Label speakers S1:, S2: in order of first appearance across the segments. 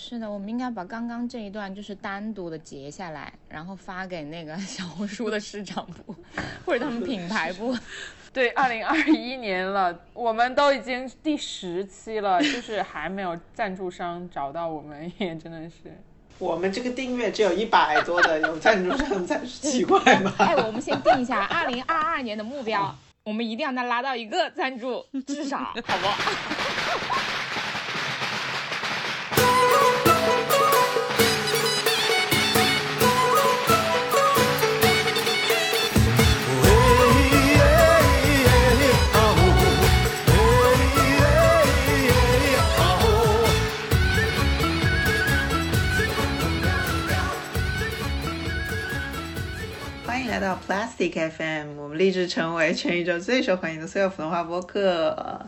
S1: 是的，我们应该把刚刚这一段就是单独的截下来，然后发给那个小红书的市场部或者他们品牌部。
S2: 对，二零二一年了，我们都已经第十期了，就是还没有赞助商找到我们，也真的是。
S3: 我们这个订阅只有一百多的，有赞助商才是奇怪吧？
S1: 哎，我们先定一下二零二二年的目标，我们一定要能拉到一个赞助，至少，好不好？
S3: 欢迎来到 Plastic FM，我们立志成为全宇宙最受欢迎的所有普通话播客。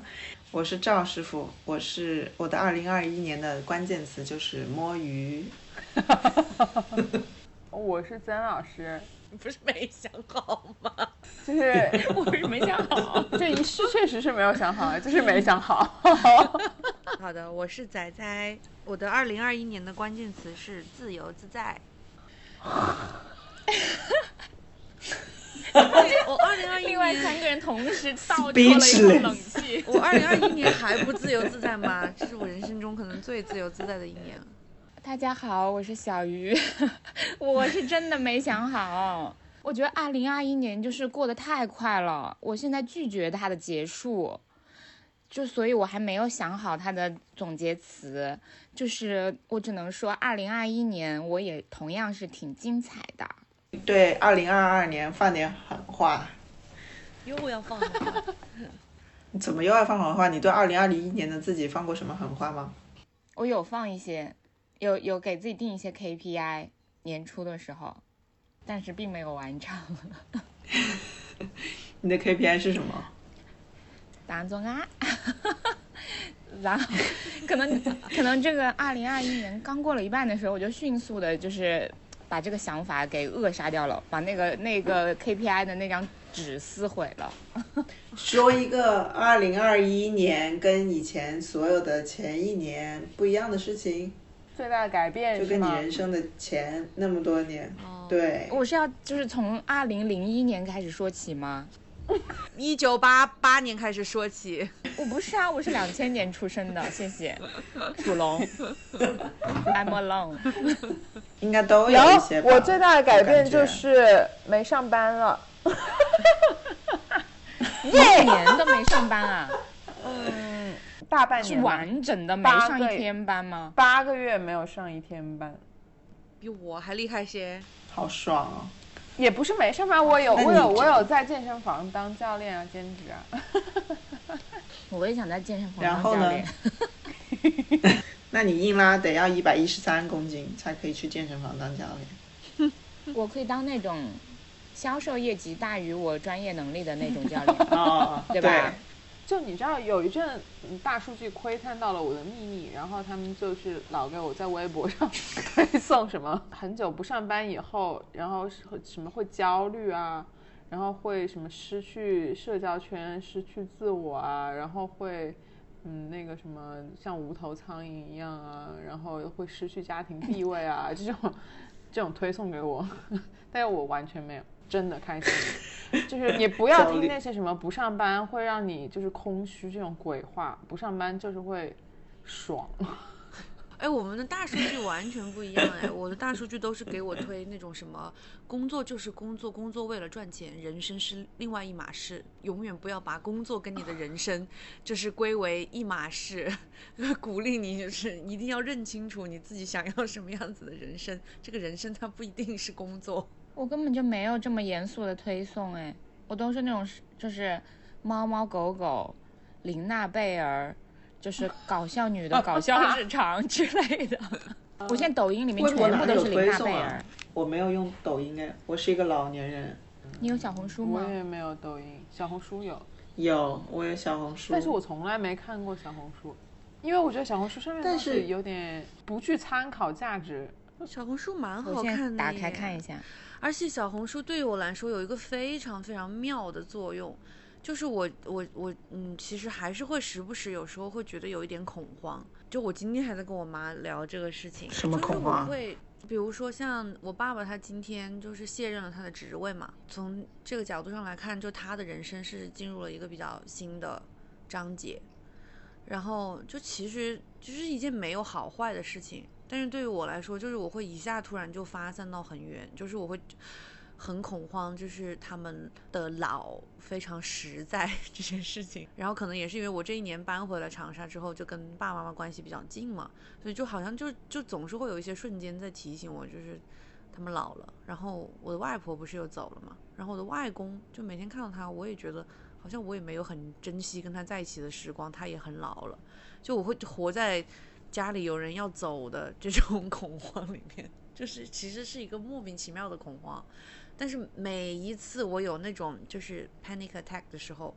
S3: 我是赵师傅，我是我的二零二一年的关键词就是摸鱼。
S2: 我是曾老师，
S4: 你不是没想好吗？
S2: 就是
S1: 我是没想好，
S2: 这一是确实是没有想好，啊就是没想好。
S4: 好的，我是仔仔，我的二零二一年的关键词是自由自在。我哦二零二一
S1: 另外
S4: 年，
S1: 三个人同时倒抽了一口冷气。
S4: 我二零二一年还不自由自在吗？这是我人生中可能最自由自在的一年。
S1: 大家好，我是小鱼， 我是真的没想好。我觉得二零二一年就是过得太快了，我现在拒绝它的结束，就所以我还没有想好它的总结词，就是我只能说二零二一年我也同样是挺精彩的。
S3: 对，二零二二年放点狠话，
S4: 又要放狠话，
S3: 你怎么又要放狠话？你对二零二零一年的自己放过什么狠话吗？
S1: 我有放一些，有有给自己定一些 KPI，年初的时候，但是并没有完成。
S3: 你的 KPI 是什么？
S1: 当中啊， 然后可能 可能这个二零二一年刚过了一半的时候，我就迅速的就是把这个想法给扼杀掉了，把那个那个 KPI 的那张纸撕毁了。
S3: 说一个二零二一年跟以前所有的前一年不一样的事情，
S2: 最大的改变
S3: 就是跟你
S2: 吗？
S3: 人生的前那么多年，
S4: 哦
S3: 对，
S1: 我是要就是从二零零一年开始说起吗？
S4: 一九八八年开始说起，
S1: 我不是啊，我是两千年出生的， 谢谢。属龙，I'm alone。
S3: 应该都有
S2: 然
S3: 一
S2: 后
S3: 些吧。
S2: 我最大的改变
S3: 感觉
S2: 就是没上班了。
S1: 你一年都没上班啊？
S2: 嗯，大半
S1: 是
S2: 年吧
S1: 完整的没
S2: 八
S1: 上
S2: 个
S1: 一
S2: 月
S1: 天班吗？
S2: 八个月没有上一天班，
S4: 比我还厉害些。
S3: 好爽哦！
S2: 也不是没上班，我有
S3: 那
S2: 我
S3: 你
S2: 有我
S3: 这
S2: 有在健身房当教练啊，兼职啊。
S1: 我也想在健身房
S3: 然
S1: 当
S3: 后
S1: 教
S3: 呢
S1: 练。
S3: 那你硬拉得要一百一十三公斤才可以去健身房当教 练。
S1: 我可以当那种销售业绩大于我专业能力的那种教 练，
S3: 哦，
S1: 对吧？
S2: 就你知道，有一阵嗯大数据窥探到了我的秘密，然后他们就是老给我在微博上 推送什么很久不上班以后，然后是会什么会焦虑啊，然后会什么失去社交圈、失去自我啊，然后会嗯那个什么像无头苍蝇一样啊，然后会失去家庭地位啊这种这种推送给我，但是我完全没有，真的开心。就是你不要
S3: 焦
S2: 听
S3: 虑
S2: 那些什么不上班会让你就是空虚这种鬼话，不上班就是会爽。
S4: 哎，我们的大数据完全不一样哎，我的大数据都是给我推那种什么工作就是工作，工作为了赚钱，人生是另外一码事，永远不要把工作跟你的人生就是归为一码事，鼓励你就是一定要认清楚你自己想要什么样子的人生，这个人生它不一定是工作。
S1: 我根本就没有这么严肃的推送，哎，我都是那种就是猫猫狗狗、玲娜贝儿，就是搞笑女 的搞笑日常之类的。我现在抖音里面
S3: 微博
S1: 全部
S3: 哪
S1: 都
S3: 有
S1: 是玲
S3: 推
S1: 娜
S3: 送
S1: 贝
S3: 啊
S1: 儿。？
S3: 我没有用抖音哎，我是一个老年人。
S1: 你有小红书
S2: 我
S1: 吗？
S2: 也没有抖音，小红书有，
S3: 有，我有小红书。
S2: 但是我从来没看过小红书，因为我觉得小红书上面的
S3: 但
S2: 东
S3: 是
S2: 西有点不具参考价值。
S4: 小红书蛮好
S1: 我现
S4: 看
S1: 在
S4: 的，
S1: 打开看一。 下。
S4: 而且小红书对于我来说有一个非常非常妙的作用，就是我我我嗯，其实还是会时不时有时候会觉得有一点恐慌，就我今天还在跟我妈聊这个事情，
S3: 什么
S4: 就是
S3: 恐
S4: 我
S3: 慌啊
S4: 会，比如说像我爸爸，他今天就是卸任了他的职位嘛，从这个角度上来看，就他的人生是进入了一个比较新的章节，然后就其实就是一件没有好坏的事情，但是对于我来说，就是我会一下突然就发散到很远，就是我会很恐慌，就是他们的老非常实在这件事情。然后可能也是因为我这一年搬回了长沙之后，就跟爸爸妈妈关系比较近嘛，所以就好像就就总是会有一些瞬间在提醒我，就是他们老了。然后我的外婆不是又走了嘛，然后我的外公就每天看到他，我也觉得。好像我也没有很珍惜跟他在一起的时光，他也很老了，就我会活在家里有人要走的这种 恐慌里面，就是其实是一个莫名其妙的恐慌。但是每一次我有那种就是 panic attack 的时候，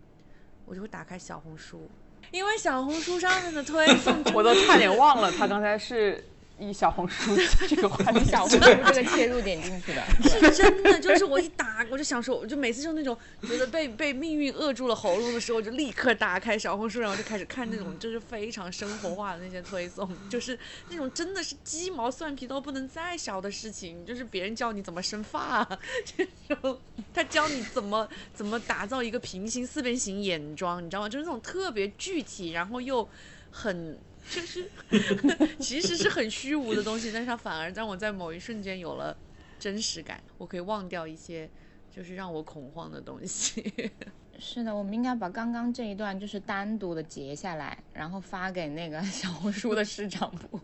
S4: 我就会打开小红书，因为小红书上面的推送真
S2: 我
S4: 的
S2: 都差点忘了他刚才是以小红书这个话题。
S1: 小红书这个切入点进去的，
S4: 是真的，就是我一打我就想说，我就每次就那种觉得被被命运扼住了喉咙的时候，我就立刻打开小红书，然后就开始看那种就是非常生活化的那些推送，就是那种真的是鸡毛蒜皮都不能再小的事情，就是别人教你怎么生发，啊 这种他教你怎么怎么打造一个平行四边形眼妆，你知道吗？就是那种特别具体，然后又很。就是 其实是很虚无的东西，但是它反而让我在某一瞬间有了真实感，我可以忘掉一些就是让我恐慌的东 西。
S1: 是的，我们应该把刚刚这一段就是单独的截下来，然后发给那个 小红书的市场部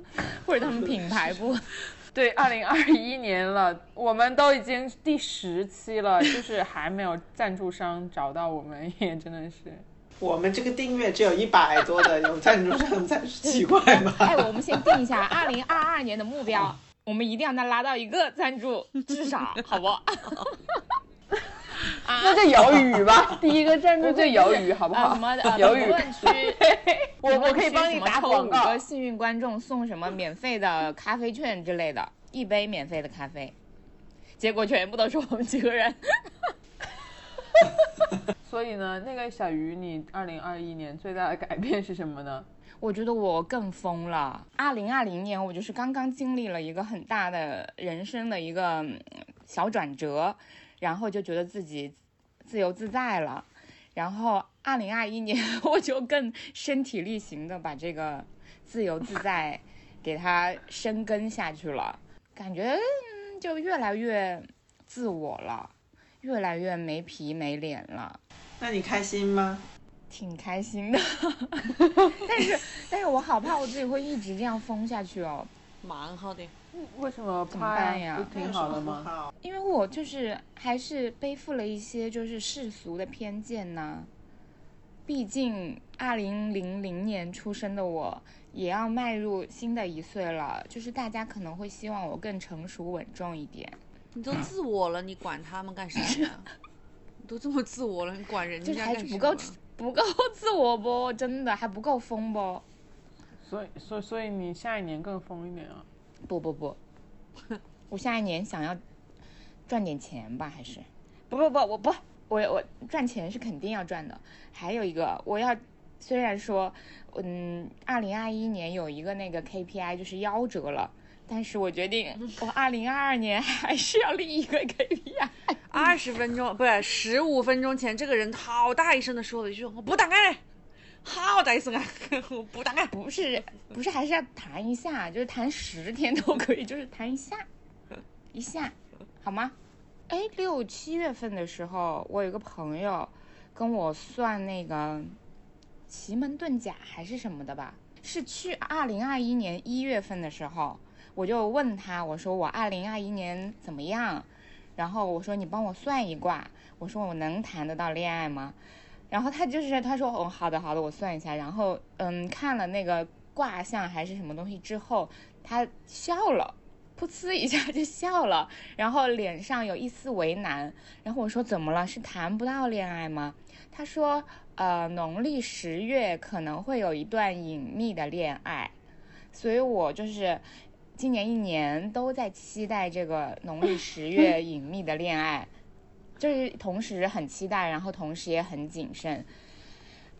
S1: 或者他们品牌部。
S2: 对，二零二一年了，我们都已经第十期了，就是还没有赞助商找到我们，也真的是。
S3: 我们这个订阅只有一百多的，有赞助商 才是奇怪吧？
S1: 哎，我们先定一下二零二二年的目标，我们一定要能拉到一个赞助，至少，好不 好？
S2: 那就有雨吧，第一个赞助就有雨，好不
S1: 啊
S2: 好？
S1: 什么的，呃
S2: 有
S1: 评
S2: 雨，
S1: 论区，
S2: 我我可以帮你打
S1: 评论区什么抽五
S2: 广告
S1: 个。幸运观众送什么免费的咖啡券之类的，一杯免费的咖啡，结果全部都是我们几个人。
S2: 所以呢，那个小鱼，你二零二一年最大的改变是什么呢？
S1: 我觉得我更疯了。二零二零年，我就是刚刚经历了一个很大的人生的一个嗯小转折，然后就觉得自己自由自在了。然后二零二一年， 我就更身体力行的把这个自由自在给它深耕下去了，感觉嗯就越来越自我了，越来越没皮没脸了。
S3: 那你开心吗？
S1: 挺开心 的，但是但是我好怕我自己会一直这样疯下去哦，
S4: 蛮好的，
S2: 为什么
S1: 怎么
S2: 怕
S1: 办呀
S2: 不挺好的吗？
S3: 吗？
S1: 因为我就是还是背负了一些就是世俗的偏见呐、毕竟二零零零年出生的我也要迈入新的一岁了，就是大家可能会希望我更成熟稳重一点，
S4: 你都自我了，你管他们干什么呀？你都这么自我了，你管人
S1: 就是
S4: 家干
S1: 还
S4: 什
S1: 是
S4: 么？
S1: 不够不够自我不，真的还不够疯不？
S2: 所以，所以所以你下一年更疯一点啊！
S1: 不不 不，我下一年想要赚点钱吧，还是不不不，我不，我我赚钱是肯定要赚的。还有一个，我要虽然说，嗯，二零二一年有一个那个 KPI 就是夭折了，但是我决定我二零二二年还是要立一个 KPI。
S4: 二十分钟不是十五分钟前，这个人好大一声的说了一句：“我不打开，好大一声啊， 我不打开。”
S1: 不是不是，还是要谈一下，就是谈十天都可以，就是谈一下， 一下，好吗？哎，六七月份的时候，我有个朋友跟我算那个奇门遁甲还是什么的吧，是去二零二一年一月份的时候，我就问他，我说我二零二一年怎么样？然后我说你帮我算一卦，我说我能谈得到恋爱吗？然后他就是他说哦好的好的我算一下，然后嗯看了那个卦象还是什么东西之后，他笑了，噗呲一下就笑了，然后脸上有一丝为难。然后我说怎么了？是谈不到恋爱吗？他说呃农历十月可能会有一段隐秘的恋爱，所以我就是。今年一年都在期待这个农历十月隐秘的恋爱，就是同时很期待，然后同时也很谨慎。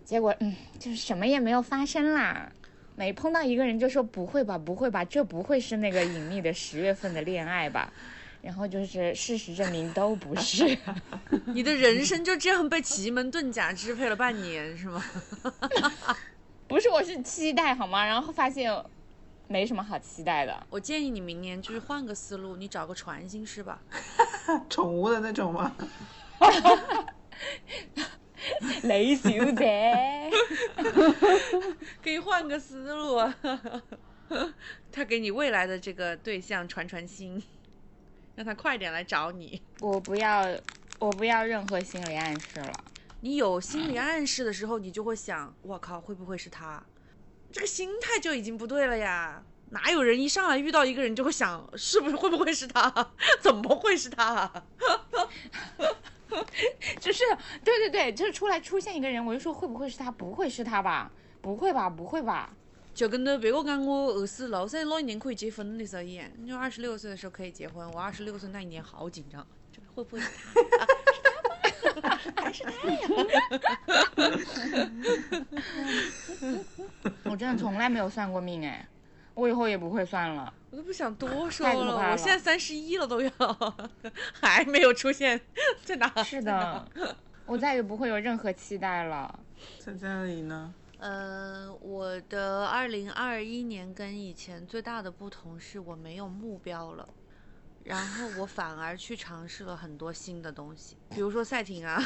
S1: 结果，嗯，就是什么也没有发生啦。每碰到一个人就说不会吧，不会吧，这不会是那个隐秘的十月份的恋爱吧？然后就是事实证明都不是。
S4: 你的人生就这样被奇门遁甲支配了半年是吗？
S1: 不是，我是期待好吗？然后发现没什么好期待的。
S4: 我建议你明年就是换个思路，你找个传心师吧。
S3: 宠物的那种吗？
S1: 雷小姐，
S4: 可以换个思路啊。 他给你未来的这个对象传传心， 让他快点来找你。
S1: 我不要，我不要任何心理暗示了。
S4: 你有心理暗示的时候，你就会想，我靠，会不会是他？这个心态就已经不对了呀。哪有人一上来遇到一个人就会想，是不是会不会是他？ 怎么会是他？
S1: 就是，对对对，就是出来出现一个人，我就说会不会是他？不会是他吧？不会吧？不会吧？
S4: 就跟那别个讲我二十六岁那一年可以结婚的时候一样，就二十六岁的时候可以结婚，我二十六岁那一年好紧张，就会不会是他？
S1: 我真的从来没有算过命哎，我以后也不会算了。
S4: 我都不想多说
S1: 啊太可怕
S4: 了，
S1: 了
S4: 我现在三十一了都要， 还没有出现，在哪？
S1: 是的，我再也不会有任何期待了。
S3: 在家里呢，
S4: 呃，我的二零二一年跟以前最大的不同是我没有目标了，然后我反而去尝试了很多新的东西，比如说赛艇啊，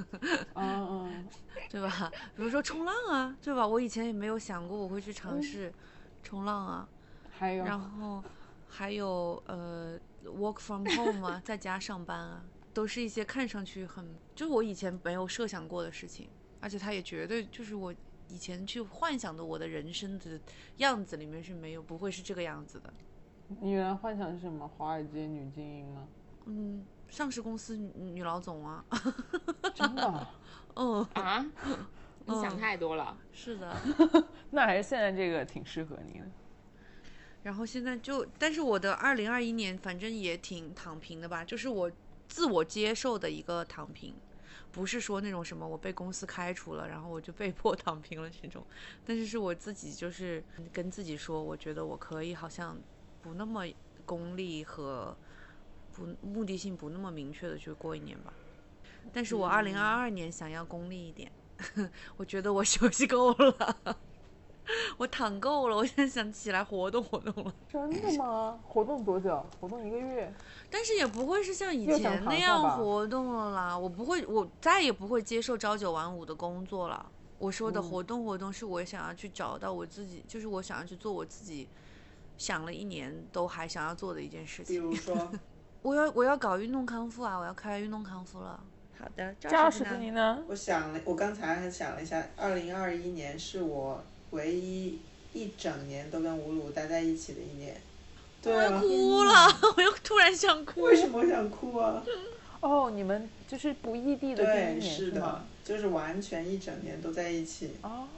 S2: 嗯嗯，
S4: 对吧？比如说冲浪啊，对吧？我以前也没有想过我会去
S1: 嗯
S4: 尝试冲浪啊，
S2: 还有
S4: 然后还有呃，work from home 啊，在家上班啊，都是一些看上去很就是我以前没有设想过的事情，而且它也绝对就是我以前去幻想的我的人生的样子里面是没有不会是这个样子的。
S2: 你原来幻想是什么？华尔街女精英 吗？
S4: 嗯，上市公司女女老总啊，
S2: 真的啊？
S4: 嗯，
S1: 啊？你想太多了。
S4: 是的。
S2: 那还是现在这个挺适合你的。
S4: 然后现在就，但是我的二零二一年反正也挺躺平的吧，就是我自我接受的一个躺平，不是说那种什么我被公司开除了，然后我就被迫 躺平了这种，但是是我自己就是跟自己说，我觉得我可以好像不那么功利和不目的性不那么明确的去过一年吧。但是我二零二二年想要功利一点， 我觉得我休息够了， 我躺够了，我现在想起来活动活动了。
S2: 真的吗？活动多久？活动一个月？
S4: 但是也不会是像以
S2: 又想
S4: 前
S2: 躺
S4: 那
S2: 下
S4: 样
S2: 吧
S4: 活动了啦，我不会，我再也不会接受朝九晚五的工作了。我说的
S2: 嗯
S4: 活动活动是我想要去找到我自己，就是我想要去做我自己想了一年都还想要做的一件事情。
S3: 说，
S4: 我要我要搞运动康复啊，我要开运动康复了。好的，
S2: 赵
S4: 赵
S2: 师
S4: 师
S2: 傅
S4: 傅
S2: 你
S4: 呢？
S2: 呢？
S3: 我想了，我刚才还想了一下，二零二一年是我唯一一整年都跟吴鲁待在一起的一年。对
S4: 我要
S3: 啊，
S4: 哭了， 我又突然想哭
S3: 为。什么我想哭啊？
S2: 哦，你们就是不异地的第一
S3: 对，
S2: 年
S3: 是
S2: 吗
S3: 的？，就是完全一整年都在一起，
S2: 哦，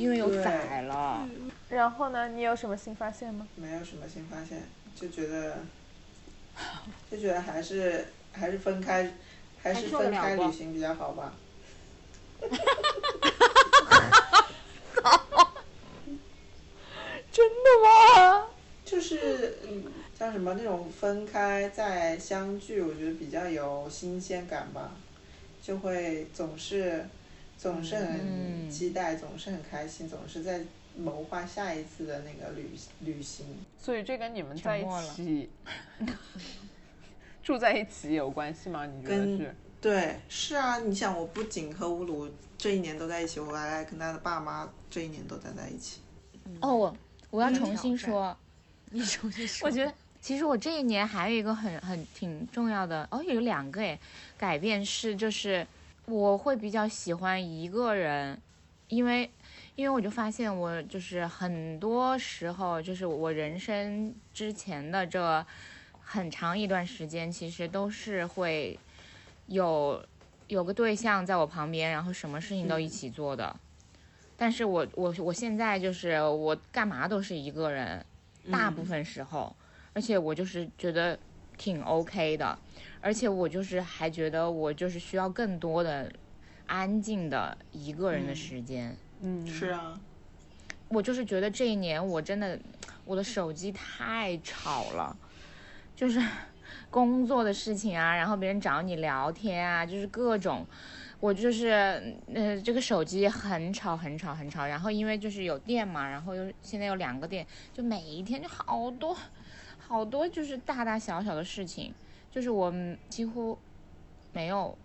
S1: 因为有
S3: 对
S1: 崽了，
S2: 然后呢？你有什么新发现吗？
S3: 没有什么新发现，就觉得，就觉得还是还是分开，还是分开旅行比较好吧。
S2: 真的吗？
S3: 就是嗯，像什么那种分开再相聚，我觉得比较有新鲜感吧，就会总是总是很
S1: 嗯
S3: 期待，总是很开心，总是在谋划下一次的那个旅旅行。
S2: 所以这跟你们在一
S1: 沉默了
S2: 起 住在一起有关系吗？你觉得
S3: 跟
S2: 是？
S3: 对，是啊，你想，我不仅和乌鲁这一年都在一起，我还来跟他的爸妈这一年都待在一起。
S1: 哦，我我要
S4: 嗯
S1: 重新
S4: 挑战
S1: 说，
S4: 你重新说。
S1: 我觉得其实我这一年还有一个很很挺重要的哦，有两个诶，改变是就是我会比较喜欢一个人，因为因为我就发现我就是很多时候就是我人生之前的这很长一段时间，其实都是会有有个对象在我旁边，然后什么事情都一起做的。但是我我我现在就是我干嘛都是一个人，大部分时候，而且我就是觉得挺 OK 的，而且我就是还觉得我就是需要更多的安静的一个人的时间。
S2: 嗯，
S3: 是啊，
S1: 我就是觉得这一年我真的我的手机太吵了，就是 工作的事情啊，然后别人找你聊天啊，就是各种。我就是，呃，这个手机很吵很吵很吵，然后因为就是有店嘛，然后又现在有两个店，就每一天就好多，好多就是大大小小的事情，就是我们几乎没有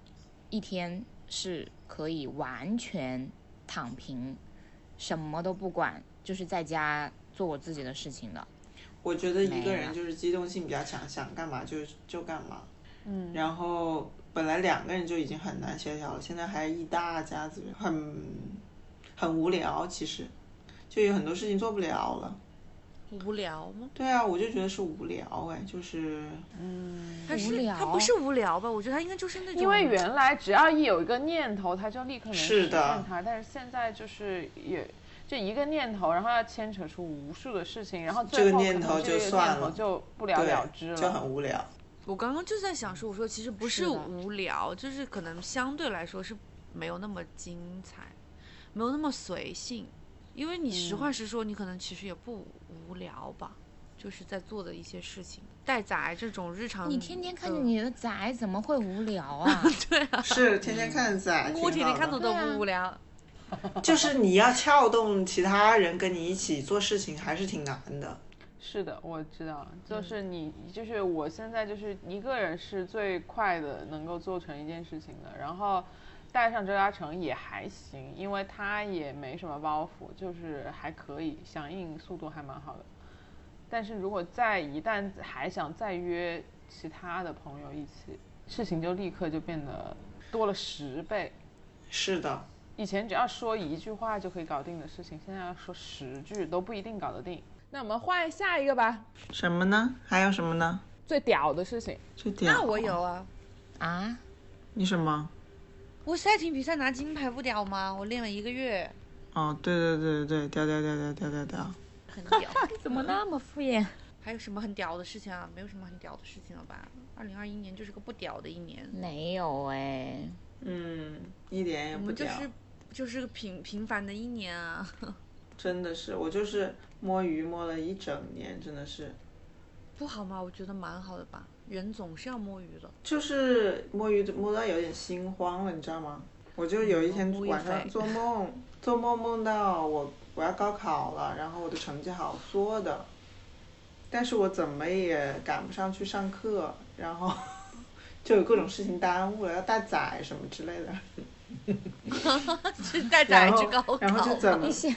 S1: 一天是可以完全躺平，什么都不管，就是在家做我自己的事情的。
S3: 我觉得一个
S1: 没
S3: 人
S1: 了
S3: 就是机动性比较强，想干嘛就就干嘛。
S2: 嗯，
S3: 然后本来两个人就已经很难协调了，现在还一大家子人，很很无聊。其实就有很多事情做不了了。
S4: 无聊吗？
S3: 对啊，我就觉得是无聊哎，就是
S4: 他
S1: 无
S4: 是
S1: 聊
S4: 他不是无聊吧？我觉得他应该就是那种，
S2: 因为原来只要一有一个念头，他就立刻能
S3: 是
S2: 实
S3: 的
S2: 现它，但是现在就是也。这一个念头，然后要牵扯出无数的事情，然后
S3: 这
S2: 最
S3: 个
S2: 后可
S3: 念
S2: 能
S3: 头
S2: 这
S3: 就
S2: 个
S3: 算
S2: 念头
S3: 了
S2: 就不了
S3: 对，
S2: 了之
S3: 就
S2: 了
S3: 很。无聊。
S4: 我刚刚就在想说，我说其实不
S1: 嗯是
S4: 是
S1: 的
S4: 无聊，就是可能相对来说是没有那么精彩，没有那么随性，因为你实
S1: 嗯
S4: 话实说，你可能其实也不无聊吧，就是在做的一些事情，带崽这种日常的，
S1: 你天天看着你的崽怎么会无聊啊？
S3: 是天天看仔，
S4: 嗯我天
S3: 挺
S4: 天
S3: 好
S4: 看
S3: 的
S4: 到都不无聊，
S3: 就是你要撬动其他人跟你一起做事情，还是挺难的。
S2: 是的，我知道，就是你，就是我现在就是一个人是最快的能够做成一件事情的，然后带上周嘉诚也还行，因为他也没什么包袱，就是还可以，响应速度还蛮好的。但是如果再一旦还想再约其他的朋友一起，事情就立刻就变得多了十倍。
S3: 是的，
S2: 以前只要说一句话就可以搞定的事情，现在要说十句都不一定搞得定。那我们换下一个吧。
S3: 什么呢？还有什么呢？
S2: 最屌的事情，
S3: 就点
S4: 那我有啊，
S1: 啊，
S3: 你什么？
S4: 我赛艇比赛拿金牌不屌吗？我练了一个月，
S3: 哦，对对对对对，屌屌屌屌屌屌屌，
S4: 很 屌。
S1: 怎么那么敷衍？
S4: 还有什么很屌的事情啊？没有什么很屌的事情了吧？二零二一年就是个不屌的一年，
S1: 没有哎，
S3: 嗯，一点也
S4: 我
S3: 不
S4: 们就
S3: 屌，
S4: 是就是个平平凡的一年啊。
S3: 真的是我就是摸鱼摸了一整年，真的是
S4: 不好吗？我觉得蛮好的吧。人总是要摸鱼的，
S3: 就是摸鱼摸到有点心慌了，你知道吗？我就有一天
S4: 嗯摸鱼
S3: 晚上
S4: 肥
S3: 做梦，做梦梦到我我要高考了，然后我的成绩好缩的，但是我怎么也赶不上去上课，然后 就有各种事情耽误了，要带崽什么之类的，
S4: 是带崽
S3: 然
S4: 之
S3: 后
S4: 高考。
S3: 然后就怎么
S1: 你，想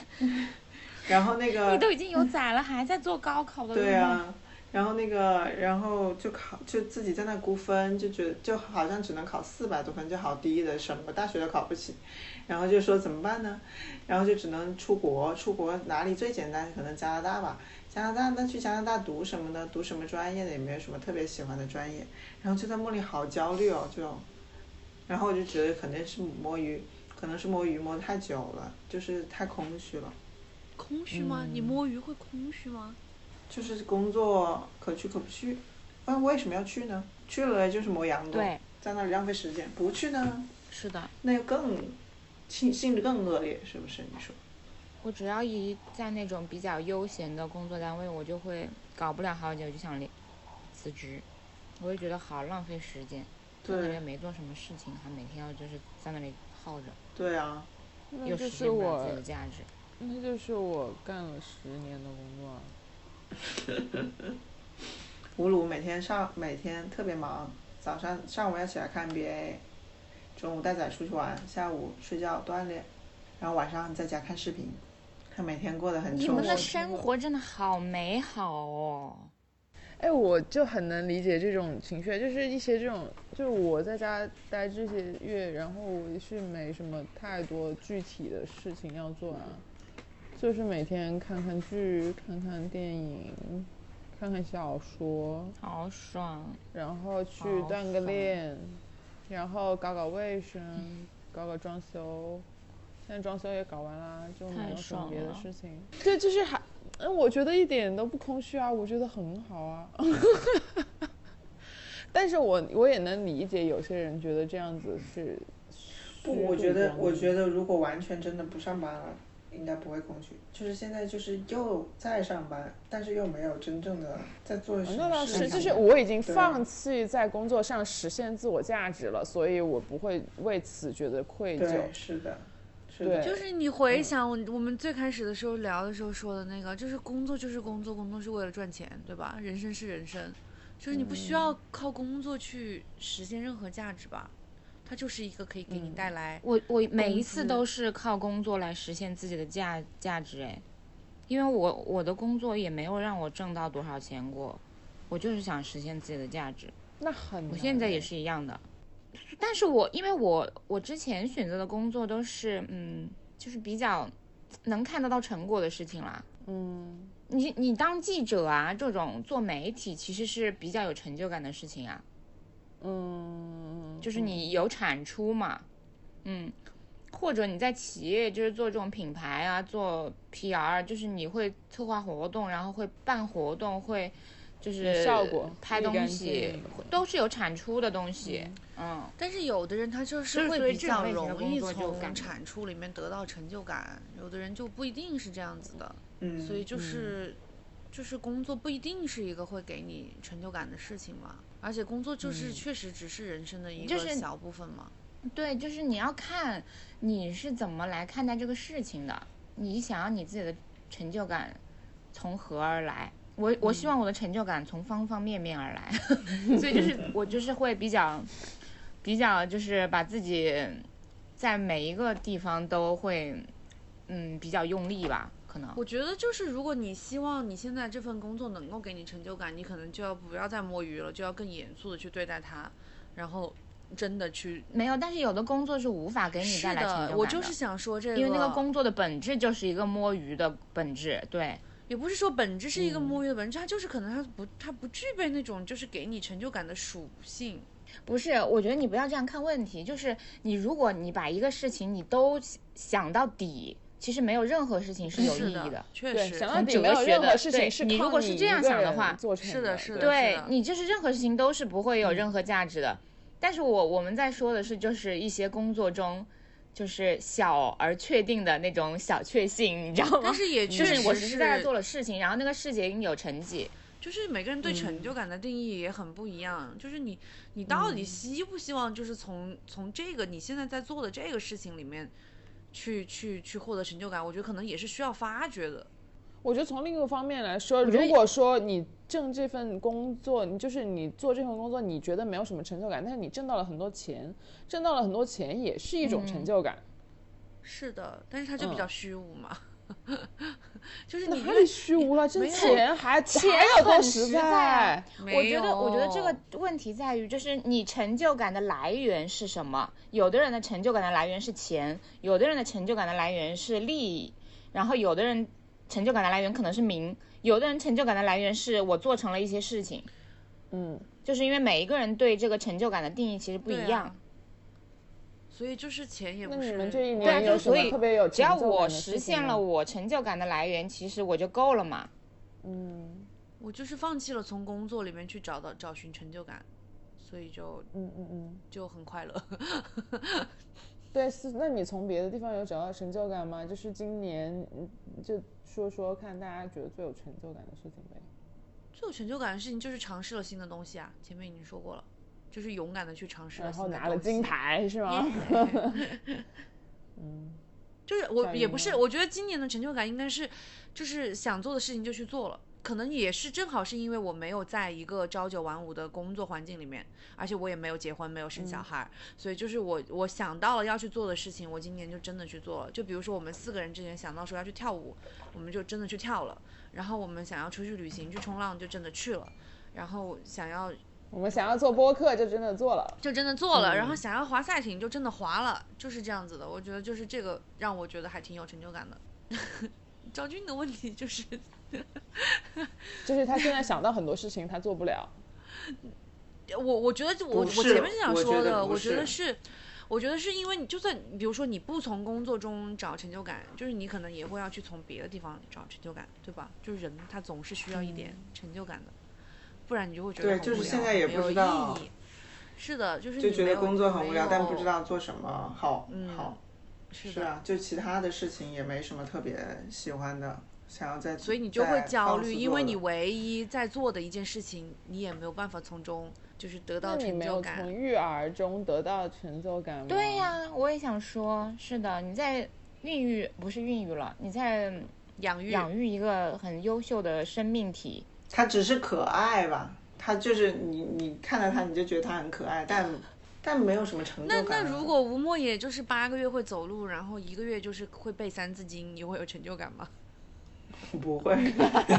S3: 然后那个
S1: 你都已经有崽了，还在做高考的
S3: 对
S1: 噩梦
S3: 啊，然后那个，然后就考，就自己在那估分，就觉得就好像只能考四百多分，就好低的，什么大学都考不起。然后就说怎么办呢？然后就只能出国，出国哪里最简单？可能加拿大吧。加拿大，那去加拿大读什么呢？读什么专业的？也没有什么特别喜欢的专业。然后就在梦里好焦虑哦，就，然后我就觉得肯定是摸鱼，可能是摸鱼摸太久了，就是太空虚了。
S4: 空虚吗？
S3: 嗯
S4: 你摸鱼会空虚吗？
S3: 就是工作可去可不去，啊，为什么要去呢？去了就是磨洋工，
S1: 对，
S3: 在那里浪费时间；不去呢，
S1: 是的，
S3: 那就更性性质更恶劣，是不是？你说
S1: 我只要一在那种比较悠闲的工作单位，我就会搞不了好久就想离辞职，我就觉得好浪费时间，就感觉
S3: 对
S1: 没做什么事情，还每天要就是在那里耗着，
S3: 对啊，
S2: 那
S1: 又
S2: 就
S1: 实
S2: 是
S1: 现不了
S2: 我
S1: 自己的价值。
S2: 那就是我干了十年的工作啊。
S3: 吴鲁每天上每天特别忙，早上上午要起来看 NBA，中午带仔出去玩，下午睡觉锻炼，然后晚上在家看视频。他每天过得很
S1: 你
S3: 充
S1: 们
S3: 实
S1: 的生活真的好美好哦！
S2: 哎，我就很能理解这种情绪，就是一些这种，就是我在家待这些月，然后我也是没什么太多具体的事情要做啊，就是每天看看剧、看看电影、看看小说，
S1: 好爽，
S2: 然后去
S1: 好
S2: 锻个
S1: 爽
S2: 炼，然后搞搞卫生，
S1: 嗯
S2: 搞搞装修。现在装修也搞完啦，就
S1: 太
S2: 没有什么
S1: 爽
S2: 别的
S1: 了
S2: 事情。对，就是还，呃我觉得一点都不空虚啊，我觉得很好啊。 但是我我也能理解有些人觉得这样子是
S3: 不，我觉得，我觉
S2: 得
S3: 得如果完全真的不上班了，应该不会空虚。就是现在就是又在上班，但是又没有真正的在做什么事情。
S2: 哦那倒是，就是
S3: 我。
S2: 我已经
S3: 对
S2: 放弃在工作上实现自我价值了，所以我不会为此觉得愧疚。
S3: 对，是的，是的，
S2: 对
S4: 就是你回
S3: 嗯
S4: 想我我们最开始的时候聊的时候说的那个，就是工作就是工作，工作是为了赚钱，对吧？人生是人生，就是你不
S3: 嗯
S4: 需要靠工作去实现任何价值吧，它就是一个可以给你带
S3: 嗯
S4: 来。
S1: 我我每一
S4: 工
S1: 次
S4: 资
S1: 都是靠工作来实现自己的价价值哎，因为我我的工作也没有让我挣到多少钱过，我就是想实现自己的价值。
S2: 那很，
S1: 我现在也。是一样的，但是我因为我我之前选择的工作都是嗯，就是比较能看得到成果的事情啦。
S2: 嗯，
S1: 你你当记者啊，这种做媒体其实是比较有成就感的事情啊，
S2: 嗯，
S1: 就是你有产出嘛，嗯，或者你在企业就是做这种品牌啊，做 PR，就是你会策划活动，然后会办活动，会就是
S2: 有效果
S1: 拍
S2: 立竿
S1: 东
S2: 见
S1: 西
S2: 影，
S1: 都是有产出的东西，嗯
S4: 但是有的人他就
S1: 就是是
S4: 会
S1: 所以
S4: 比
S1: 这种
S4: 较
S1: 类型的
S4: 容
S1: 工
S4: 易
S1: 作就
S4: 从
S1: 感觉
S4: 产出里面得到成就感，有的人就不一定是这样子的，
S3: 嗯，
S4: 所以就是。就是工作不一定是一个会给你成就感的事情嘛，而且工作就是确实只嗯是人生的一
S1: 就
S4: 个
S1: 是
S4: 小部分嘛。
S1: 嗯对，就是你要看你是怎么来看待这个事情的，你想要你自己的成就感从何而来？
S4: 嗯
S1: 我我希望我的成就感从方方面面而来， 所以就是我就是会比较比较就是把自己在每一个地方都会嗯比较用力吧，可能
S4: 我觉得就是，如果你希望你现在这份工作能够给你成就感，你可能就要不要再摸鱼了，就要更严肃的去对待它，然后真的去。
S1: 没有，但是有的工作是无法给你
S4: 是
S1: 带来成就感
S4: 的，我就是想说这个，
S1: 因为那个工作的本质就是一个摸鱼的本质，对。
S4: 也不是说本质是一个摸鱼的本质，它就是可能它不它不具备那种就是给你成就感的属性。
S1: 不是，我觉得你不要这样看问题。就是你，如果你把一个事情你都想到底，其实没有任何事情是有
S4: 是
S1: 意义的。
S4: 确
S2: 对，
S4: 实，
S2: 想到
S1: 很
S2: 底
S1: 哲
S2: 没有
S1: 学
S2: 任
S1: 的
S2: 何事
S1: 对
S2: 情是
S1: 你如
S2: 靠
S1: 果是
S2: 你
S1: 这
S2: 一
S1: 样
S2: 个
S1: 想的
S2: 人
S1: 话
S2: 做成
S4: 是的是的
S2: 对
S1: 对
S4: 的嗯
S1: 你就是任何事情都是不会有任何价值的。但是我我们在说的是，就是一些工作中，就是小而确定的那种小确幸，你知道吗
S4: 但？是也
S1: 就
S4: 确实
S1: 是
S4: 是
S1: 我实实在在做了事情，然后那个事情有成绩，
S4: 就是每个人对成就感的定义也很不一样，就是你你到底希不希望就是从、从这个你现在在做的这个事情里面去去去获得成就感，我觉得可能也是需要发掘的。
S2: 我觉得从另一个方面来说，
S1: 觉得
S2: 如果说你挣这份工作，你就是你做这份工作，你觉得没有什么成就感，但是你挣到了很多钱，挣到了很多钱也是一种
S1: 嗯
S2: 成就感。
S4: 是的，但是它就比
S2: 嗯
S4: 较虚无嘛， 就是你
S2: 哪里虚无了？这
S4: 没有
S2: 钱还钱有多
S1: 很
S2: 实
S1: 实在啊
S4: 没
S1: 我觉得，我觉得这
S4: 有
S1: 个问题在于，就是你成就感的来源是什么？有的人的成就感的来源是钱，有的人的成就感的来源是利益，然后有的人成就感的来源可能是名，有的人成就感的来源是我做成了一些事情，
S2: 嗯，
S1: 就是因为每一个人对这个成就感的定义其实不
S4: 对
S1: 一
S4: 啊
S1: 样。
S4: 所以就是钱也
S2: 那
S4: 不
S2: 你
S4: 是
S2: 们这一
S1: 对啊，
S2: 年
S1: 就
S2: 有
S1: 是
S2: 什
S1: 所
S2: 么
S1: 以
S2: 特别有成
S1: 只
S2: 就
S1: 要
S2: 感
S1: 我
S2: 的事
S1: 实现
S2: 情
S1: 了
S2: 吗，
S1: 我成就感的来源，其实我就够了嘛。
S2: 嗯
S4: 我就是放弃了从工作里面去找到找寻成就感，所以就
S2: 嗯嗯嗯，
S4: 就很快乐。
S2: 对，是。那你从别的地方有找到成就感吗？就是今年，嗯就说说看大家觉得最有成就感的事情呗。
S4: 啊最有成就感的事情就是尝试了新的东西啊，前面已经说过了，就是勇敢的去尝试了
S2: 然
S4: 新
S2: 后
S4: 的
S2: 拿了
S4: 东西
S2: 金。牌是吗？
S4: 就是我
S2: 在于
S4: 也不是，
S2: 呢
S4: 我觉得今年的成就感应该是，就是想做的事情就去做了。可能也是正好是因为我没有在一个朝九晚五的工作环境里面，而且我也没有结婚，没有生小孩儿，所以就是我我想到了要去做的事情，我今年就真的去做了。就比如说我们四个人之前想到说要去跳舞，我们就真的去跳了。然后我们想要出去旅行去冲浪，就真的去了。然后想要
S2: 我们想要做播客就真的做了。
S4: 就真的做了，
S3: 嗯
S4: 然后想要滑赛艇就真的滑了，就是这样子的。我觉得就是这个让我觉得还挺有成就感的。 赵军的问题就是，
S2: 就是他现在想到很多事情，他做不了。
S4: 我我觉得就我我
S3: 不是
S4: 前面是想
S3: 我
S4: 说
S3: 觉得
S4: 的，
S3: 不
S4: 我觉得
S3: 是
S4: 是，我觉得是因为你就算比如说你不从工作中找成就感，就是你可能也会要去从别的地方找成就感，对吧？就是人他总是需要一点成就感的，不然你就会觉得
S3: 嗯对
S4: 很
S3: 就是
S4: 无聊
S3: 现在也
S4: 没
S3: 不
S4: 有
S3: 知道
S4: 意义。是的，就是
S3: 就
S4: 你
S3: 觉
S4: 没
S3: 得
S4: 有
S3: 工作很
S4: 没
S3: 无聊，但不
S4: 有
S3: 知道做什么好。
S4: 嗯
S3: 好，
S4: 是
S3: 是
S4: 的。
S3: 啊，就其他的事情也没什么特别喜欢的，想要再
S4: 所以你就会
S3: 再
S4: 焦
S3: 放
S4: 虑，
S3: 肆
S4: 因
S3: 做
S4: 为
S3: 了
S4: 你唯一在做的一件事情，你也没有办法从中就是得
S2: 那
S4: 到
S2: 你
S4: 成
S2: 没
S4: 就
S2: 有
S4: 感
S2: 从。育儿中得到成就感吗？
S1: 对呀、我也想说，是的，你在孕育不是孕育了，你在
S4: 养育
S1: 养育一个很优秀的生命体。
S3: 他只是可爱吧，他就是你你看到他你就觉得他很可爱，但但没有什么成就
S4: 那
S3: 感啊。
S4: 那如果吴莫也就是八个月会走路，然后一个月就是会背三字经，你会有成就感 吗？
S3: 不会，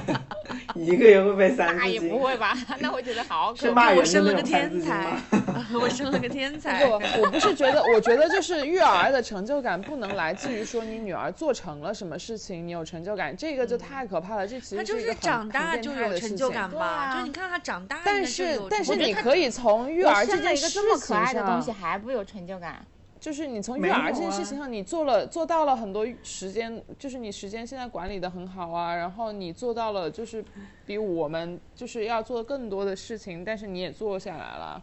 S3: 一个月会被三
S1: 那
S3: 字
S1: 也
S3: 经，
S1: 哎不会吧？ 那我觉得好
S3: 是
S1: 可怕。
S3: 骂
S4: 我
S3: 人的
S4: 生了
S3: 那
S4: 个
S3: 种三字
S4: 天
S3: 经
S4: 才
S3: 吗？，
S4: 我生了个天才。
S2: 我我不是觉得，我觉得就是育儿的成就感不能来自于说你女儿做成了什么事情，你有成就感，这个就太可怕了。这其
S4: 他
S2: 实
S4: 嗯就
S2: 一个
S4: 是
S2: 很
S4: 长大
S2: 很
S4: 就
S2: 变态
S4: 有
S2: 的
S4: 成
S2: 事
S4: 就
S2: 情
S4: 感
S1: 对
S4: 吧？
S1: 啊
S4: 就是你看他长大应该
S2: 但
S4: 就是有成就感，
S2: 但是你
S4: 以
S2: 可以从育儿
S1: 我
S2: 这
S1: 生了
S2: 件
S1: 一个
S2: 事情
S1: 这么可爱的东西，
S2: 上，
S1: 还不有成就感？
S2: 就是你从
S3: 没
S2: 育儿
S3: 有
S2: 这件事
S3: 啊
S2: 情上，你做了做到了很多时间，就是你时间现在管理的很好啊，然后你做到了就是比我们就是要做更多的事情，但是你也做下来了。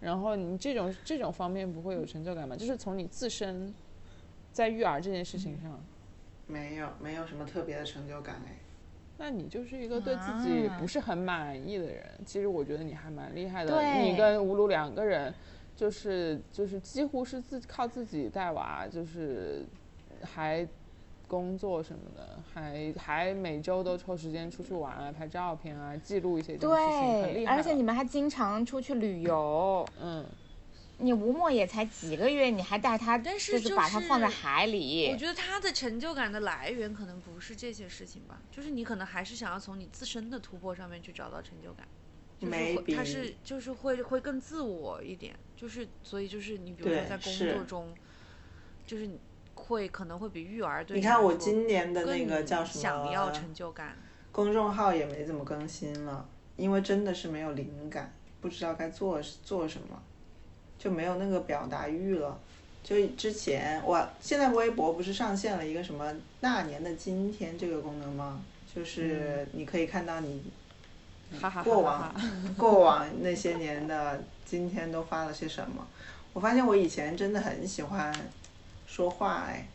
S2: 然后你这种这种方面不会有成就感吗？就是从你自身在育儿这件事情上，
S3: 没有没有什么特别的成就感哎。
S2: 那你就是一个对自己
S1: 啊
S2: 不是很满意的人。其实我觉得你还蛮厉害的，
S1: 对
S2: 你跟吴鲁两个人，就是就是几乎是自靠自己带娃，就是还工作什么的，还还每周都抽时间出去玩啊，拍照片啊，记录一些这种事情，很
S1: 对，
S2: 厉害了。
S1: 而且你们还经常出去旅游。
S2: 嗯，
S1: 你吴莫也才几个月，你还带他，
S4: 但是
S1: 就是
S4: 就
S1: 把他放在
S4: 是
S1: 海里。
S4: 我觉得他的成就感的来源可能不是这些事情吧，就是你可能还是想要从你自身的突破上面去找到成就感。就是会，他
S3: Maybe
S4: 是就是会会更自我一点，就是所以就是你比如说
S3: 对
S4: 在工
S3: 是
S4: 作中，就是你会可能会比育儿对
S3: 你
S4: 来
S3: 看我
S4: 说
S3: 今年的那
S4: 更
S3: 个叫什
S4: 想要
S3: 么呃
S4: 成就感，
S3: 公众号也没怎么更新了，因为真的是没有灵感，不知道该做做什么，就没有那个表达欲了。就之前我现在微博不是上线了一个什么“那年的今天”这个功能吗？就是
S4: 嗯
S3: 你可以看到你
S2: 哈哈哈哈哈。
S3: 过往过往那些年的今天都发了些什么。我发现我以前真的很喜欢说话，哎，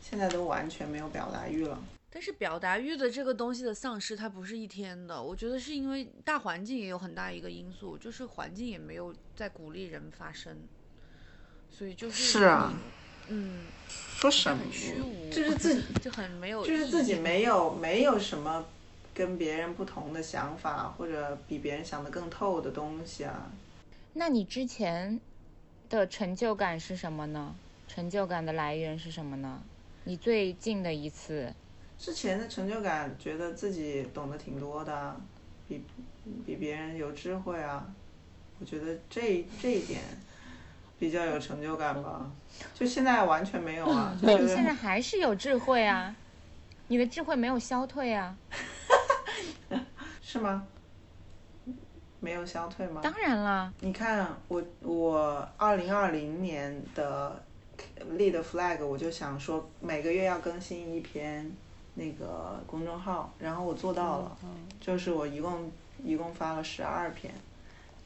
S3: 现在都完全没有表达欲了。
S4: 但是表达欲的这个东西的丧失，它不是一天的，我觉得是因为大环境也有很大一个因素，就是环境也没有在鼓励人发声，所以就是
S3: 是啊
S4: 你，嗯，
S3: 说什么
S4: 很虚无，
S3: 就是自己
S4: 就很没有，
S3: 就是自己。没有没有什么跟别人不同的想法，或者比别人想的更透的东西啊。
S1: 那你之前的成就感是什么呢？成就感的来源是什么呢？你最近的一次，
S3: 之前的成就感，觉得自己懂得挺多的啊，比比别人有智慧啊。我觉得这这一点比较有成就感吧。就现在完全没 有啊，就觉
S1: 你现在
S3: 得
S1: 还是有智慧啊，你的智慧没有消退啊。
S3: 是吗？没有消退吗？
S1: 当然啦，
S3: 你看我我二零二零年的立的 flag，我就想说每个月要更新一篇那个公众号，然后我做到了，
S4: 嗯
S3: 就是我一共一共发了十二篇，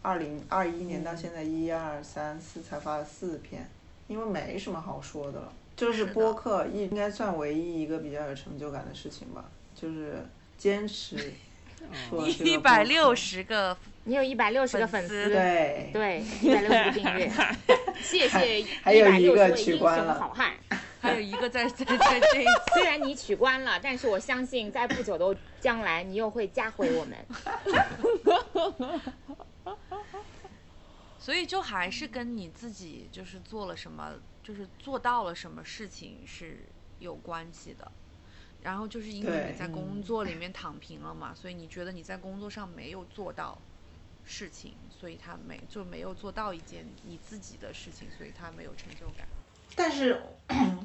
S3: 二零二一年
S4: 嗯
S3: 到现在一二三四才发了四篇，因为没什么好说的了。就是
S4: 是的
S3: 播客一应该算唯一一个比较有成就感的事情吧，就是坚 持做这个播客。
S4: 一百六十个
S1: 你有一百六十个粉
S4: 粉
S1: 丝，
S4: 丝
S3: 对
S1: 对，一百六十个订阅， 谢谢
S3: 还有
S1: 160
S3: 一个
S1: 位
S3: 取
S1: 英
S3: 关
S1: 雄
S3: 了
S1: 好汉。
S4: 还有一个在在在这一次，
S1: 虽然你取关了，但是我相信在不久的将来，你又会加回我们。
S4: 所以就还是跟你自己就是做了什么，就是做到了什么事情是有关系的。然后就是因为
S3: 对
S4: 你在工作里面躺平了嘛，所以你觉得你在工作上没有做到事情，所以他没就没有做到一件你自己的事情，所以他没有成就感。
S3: 但是，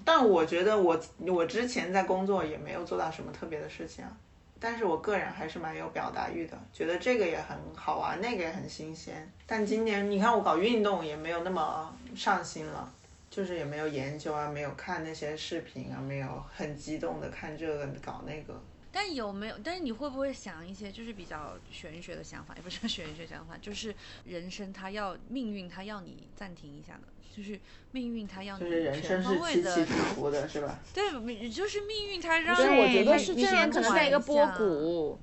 S3: 但我觉得我我之前在工作也没有做到什么特别的事情啊。但是我个人还是蛮有表达欲的，觉得这个也很好玩，那个也很新鲜。但今年你看我搞运动也没有那么上心了，就是也没有研究啊，没有看那些视频啊，没有很激动的看这个搞那个。
S4: 但有没有？但是你会不会想一些就是比较玄学的想法？也不是玄学想法，就是人生它要命运它要你暂停一下的，就是命运它要
S3: 就
S4: 你
S3: 是人
S4: 全
S3: 生是
S4: 方位
S3: 起
S4: 的
S3: 起伏伏的，是吧？
S4: 对，就是命运它让
S2: 不是我觉
S1: 对
S2: 得
S1: 它
S2: 是
S1: 你
S2: 这样
S1: 现在可能
S2: 可能
S1: 在一个
S4: 缓一
S1: 波
S4: 下
S1: 谷，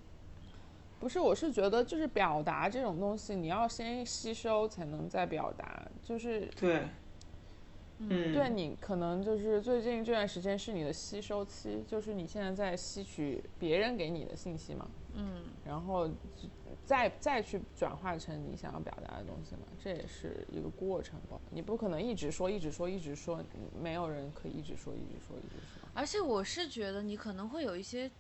S2: 不是，我是觉得就是表达这种东西，你要先吸收才能再表达。就是
S3: 对，嗯，
S2: 对你可能就是最近这段时间是你的吸收期，就是你现在在吸取别人给你的信息嘛，
S4: 嗯，
S2: 然后再再去转化成你想要表达的东西嘛，这也是一个过程吧。你不可能一直说，一直说，一直说，没有人可以一直说，一直说，一直说。
S4: 而且我是觉得你可能会有一些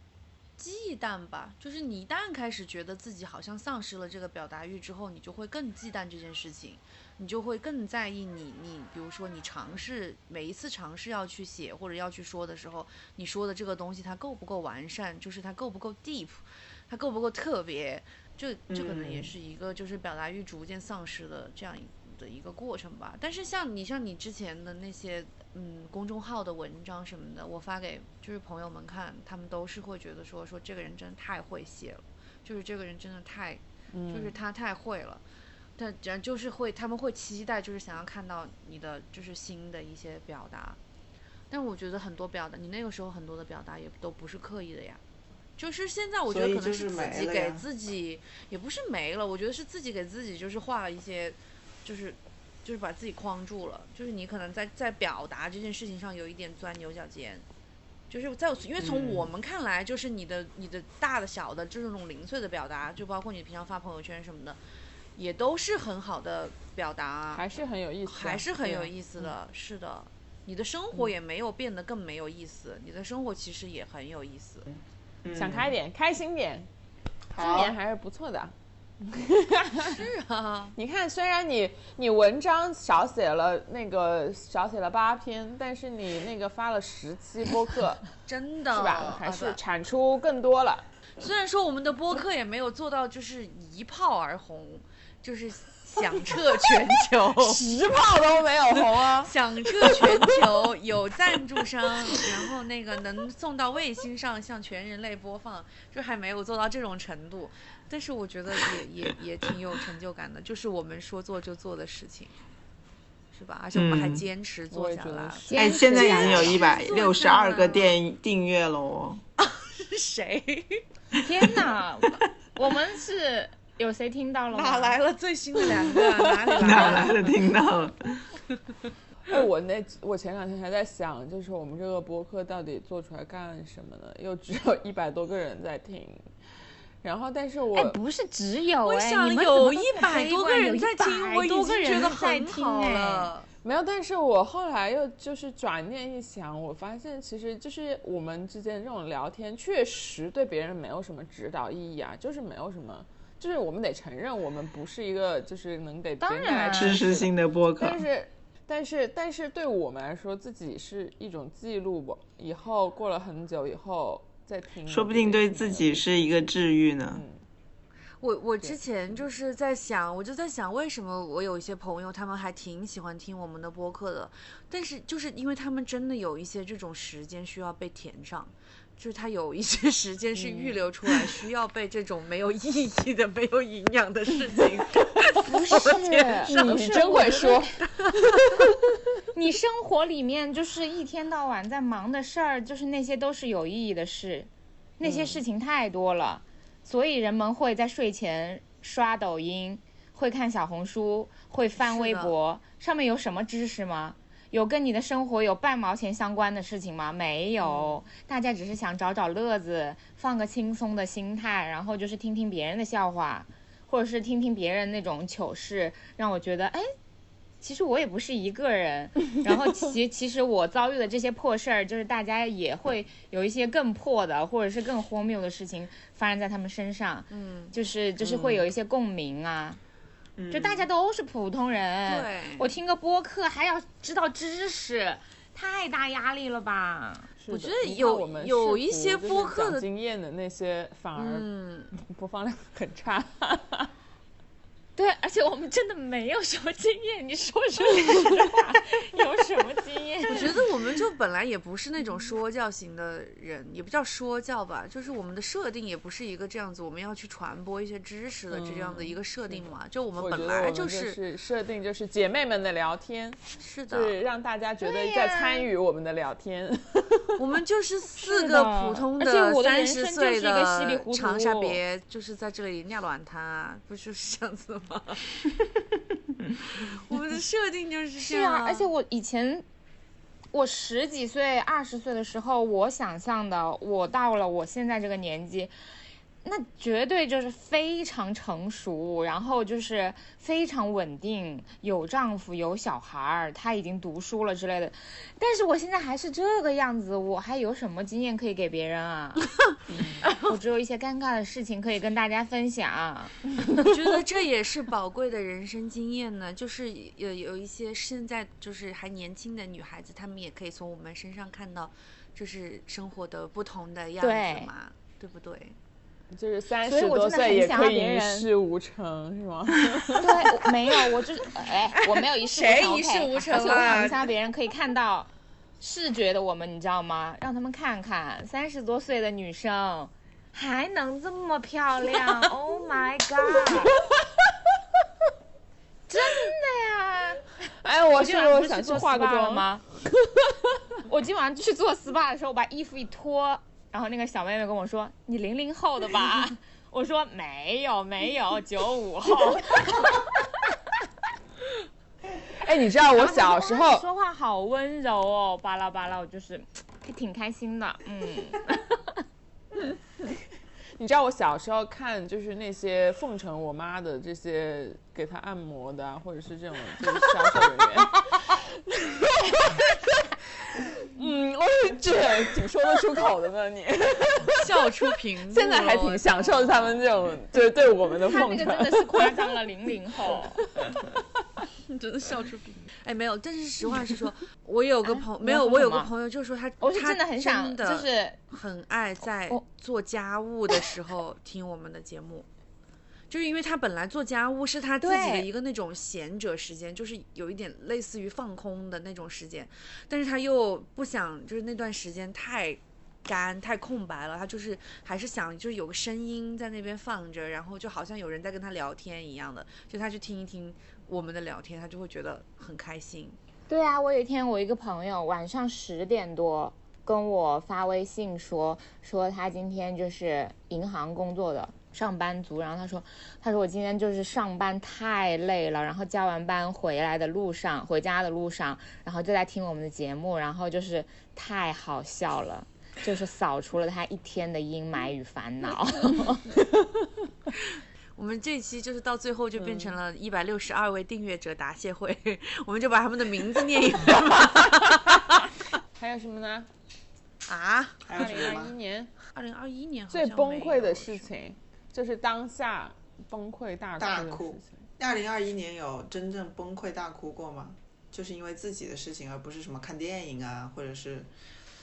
S4: 忌惮吧，就是你一旦开始觉得自己好像丧失了这个表达欲之后，你就会更忌惮这件事情，你就会更在意你你，比如说你尝试每一次尝试要去写或者要去说的时候，你说的这个东西它够不够完善，就是它够不够 deep，它够不够特别，这这可能也
S3: 嗯
S4: 是一个就是表达欲逐渐丧失的这样一的一个过程吧。但是像你像你之前的那些嗯公众号的文章什么的，我发给就是朋友们看，他们都是会觉得说说这个人真的太会写了，就是这个人真的太
S2: 嗯，
S4: 就是他太会了，他然就是会，他们会期待，就是想要看到你的就是新的一些表达。但我觉得很多表达，你那个时候很多的表达也都不是刻意的呀。就是现在，我觉
S3: 所
S4: 得
S3: 以
S4: 可能
S3: 就是
S4: 自
S3: 没
S4: 己
S3: 了
S4: 给
S3: 呀
S4: 自己，也不是没了，我觉得是自己给自己就是画了一些，就是就是把自己框住了，就是你可能在在表达这件事情上有一点钻牛角尖，就是在我因为从
S3: 嗯
S4: 我们看来，就是你的你的大的小的这种零碎的表达，就包括你平常发朋友圈什么的，也都是很好的表达啊，
S2: 还是很有意思的，
S4: 还是很
S2: 对
S4: 有
S2: 啊嗯
S4: 意思的，是的。你的生活也没有变得更没有意思，你的生活其实也很有意思。
S3: 嗯
S2: 想开点，开心点，今
S3: 好
S2: 年还是不错的。
S4: 是啊，
S2: 你看，虽然你你文章少写了那个少写了八篇，但是你那个发了十期播 客
S4: 真的
S2: 是吧？
S4: 啊
S2: 还
S4: 不
S2: 是产出更多了。
S4: 虽然说我们的播客也没有做到就是一炮而红，就是响彻全 球，！
S2: 十炮都没有红啊
S4: 响彻全球，有赞助商，然后那个能送到卫星上向全人类播放，就还没有做到这种程度。但是我觉得也也也挺有成就感的，就是我们说做就做的事情，是吧？而且我们还
S3: 嗯
S4: 坚持
S2: 我
S4: 做
S2: 也
S4: 下
S2: 觉得
S4: 来了。
S3: 哎，现在已经有一百
S4: 做
S3: 六十
S4: 下
S3: 二
S4: 来
S3: 个
S4: 了
S3: 电订阅了哦。
S4: 是谁
S1: 天哪，我们是有谁听到了
S4: 哪
S1: 吗？
S4: 来了最新的两个？哪里
S3: 哪
S4: 来
S3: 来 的
S4: 了？
S3: 听到了？
S2: 哎，我那我前两天还在想，就是我们这个播客到底做出来干什么呢？又只有一百多个人在听，然后但是我、
S1: 哎，不是只有
S4: 我
S1: 哎，
S4: 想
S1: 你们怎么
S4: 有
S1: 那
S4: 一
S1: 么
S4: 百
S1: 悲
S4: 多个
S1: 观有
S4: 人在听，
S1: 100
S4: 我已
S1: 多
S4: 经
S1: 个
S4: 觉
S1: 人
S4: 得
S1: 在
S4: 很
S1: 听
S4: 好
S1: 哎。
S4: 了。
S2: 没有，但是我后来又就是转念一想，我发现其实就是我们之间这种聊天，确实对别人没有什么指导意义啊，就是没有什么，就是我们得承认，我们不是一个就是能给别
S1: 当
S2: 人带来
S1: 然
S2: 知
S3: 知识性的播客
S2: 但，是，但是，但是对我们来说，自己是一种记录。我以后过了很久以后再听，
S3: 说不定对 自己是一个治愈呢。
S4: 我我之前就是在想，我就在想，为什么我有一些朋友他们还挺喜欢听我们的播客的，但是就是因为他们真的有一些这种时间需要被填上，就是他有一些 时间是预
S2: 嗯
S4: 留出来，需要被这种没有意义的、 没有营养的事 情。
S1: 不是，
S2: 你
S1: 不
S2: 你
S1: 是
S2: 真会。
S1: 我觉
S2: 说
S1: 得， 你生活里面就是一天到晚在忙的事儿，就是那些都是有意义的事，那些事情太多了，
S4: 嗯
S1: 所以人们会在睡前刷抖音，会看小红书，会翻
S4: 是
S1: 微
S4: 的
S1: 博，上面有什么知识吗？有跟你的生活有半毛钱相关的事情吗？没有，
S4: 嗯
S1: 大家只是想找找乐子，放个轻松的心态，然后就是听听别人的笑话，或者是听听别人那种糗事，让我觉得，哎，其实我也不是一 个人。然后其其实我遭遇的这些破事儿，就是大家也会有一些更破的，或者是更荒谬的事情发生在他们身上，
S4: 嗯，
S1: 就是就是会有一些共鸣啊。就大家都是普通人，
S4: 对
S2: 嗯
S1: 我听个播客还要知道知识，太大压力了吧？
S2: 是
S4: 我
S2: 的
S4: 觉得
S2: 你看
S4: 有
S2: 我们
S4: 有
S2: 试
S4: 一
S2: 图
S4: 些
S2: 就是
S4: 播客
S2: 讲
S4: 的
S2: 经验 的那些，反而
S4: 嗯，
S2: 播放量很差。
S1: 对，而
S5: 且我们真的没有什么经验，你说出实话， 有什么经验？
S4: 我觉得我们就本来也不是那种说教型的人，也不叫说教吧，就是我们的设定也不是一个这样子，我们要去传播一些知识的这样的一个设定嘛。就我们
S2: 嗯我觉
S4: 本
S2: 得
S4: 来
S2: 我们就是设定就是姐妹们的聊天，
S4: 是的，
S2: 就是让大家觉得在参与我们的聊天。
S4: 我们就是四
S5: 哦是
S4: 个
S5: 的
S4: 普通
S5: 而且我的
S4: 三
S5: 人
S4: 十
S5: 生
S4: 岁
S5: 就是一个稀里糊
S4: 的
S5: 涂
S4: 长沙别，就是在这里尿卵他、不就是这样子吗？ 我们的设定就是这
S1: 是
S4: 样、
S1: 啊，而且我以前，我十几岁、二十岁的时候，我想象的，我到了我现在这个年纪，那绝对就是非常成熟，然后就是非常稳定，有丈夫、有小孩儿，他已经读书了之类的。但是我现在还是这个样子，我还有什么经验可以给别人 啊？我只有一些尴尬的事情可以跟大家分享。
S4: 我觉得这也是宝贵的人生经验呢，就是有有一些现在就是还年轻的女孩子，她们也可以从我们身上看到，就是生活的不同的样子
S1: 对
S4: 嘛，对不对？
S2: 就是三
S1: 所以
S2: 十
S1: 我
S2: 多
S1: 真的
S2: 岁
S1: 很
S2: 也
S1: 想
S2: 可
S1: 让
S2: 以
S1: 别
S2: 一
S1: 人
S2: 事无成，是吗？
S1: 对，我没有，我就是哎，我没有一事无
S5: 谁
S1: 成，
S5: 一
S1: OK，
S5: 事无成
S1: 而且我
S5: 啊
S1: 想让别人可以看到视觉的我们，你知道吗？让他们看看三十多岁的女生还能这么漂亮，Oh my god！真的呀！
S2: 哎，我是
S1: 今
S2: 不
S1: 晚不
S2: 是我
S1: 是
S2: 想
S1: 去
S2: 去
S1: 做
S2: 化个
S1: SPA 了
S2: 妆？
S1: 吗？我今晚去做 SPA 的时候，我把衣服一脱，然后那个小妹妹跟我说：“你零零后的吧？” 我说：“没有，没有，九五后。”
S2: 哎，你知道我
S1: 然后
S2: 小
S1: 他说
S2: 时
S1: 哇
S2: 候
S1: 你，说话好温柔哦，巴拉巴拉，我就是还挺开心的，嗯，
S2: 你知道我小时候看就是那些奉承我妈的这些给她按摩的啊，或者是这种就是销售人员。嗯，我是这挺说得出口的呢，你
S4: 笑出屏幕，
S2: 现在还挺享受他们这种就是对我们 的
S1: 他
S2: 奉
S1: 那个
S2: 承
S1: 真。的是夸张了零零后，
S4: 真的笑出鼻。哎，没有，但是实话实说，我有个朋没有，
S1: 哎你要说
S4: 我有
S1: 什
S4: 个
S1: 么
S4: 朋友就说他，
S1: 我是
S4: 他
S1: 真的很想，
S4: 真
S1: 就
S4: 的
S1: 是
S4: 很爱在
S1: 我
S4: 做家务的时候听我们的节目。就是因为他本来做家务是他自己的
S1: 对
S4: 一个那种闲者时间，就是有一点类似于放空的那种时间，但是他又不想，就是那段时间太干太空白了，他就是还是想就是有个声音在那边放着，然后就好像有人在跟他聊天一样的，就他去听一听我们的聊天，他就会觉得很开心。
S1: 对啊，我有一天我一个朋友晚上十点多跟我发微信说，说他今天就是银行工作的上班族，然后他说，他说我今天就是上班太累了，然后加完班回来的路上，回家的路上，然后就在听我们的节目，然后就是太好笑了。就是扫除了他一天的阴霾与烦恼，
S4: 我们这一期就是到最后就变成了一百六十二位订阅者答谢会， 我们就把他们的名字念一遍
S2: 还有什么呢？
S4: 啊。
S3: 还有
S2: 二
S3: 什
S2: 零
S3: 么
S2: 二一
S3: 吗？
S2: 年
S4: 二零二一年好
S2: 最
S4: 像
S2: 崩
S4: 没
S2: 溃的
S4: 有
S2: 事，情，就是当下崩溃大
S3: 大
S2: 哭的
S3: 哭
S2: 事情。
S3: 二零二一年有真正崩溃大哭过吗？就是因为自己的事情，而不是什么看电影啊，或者是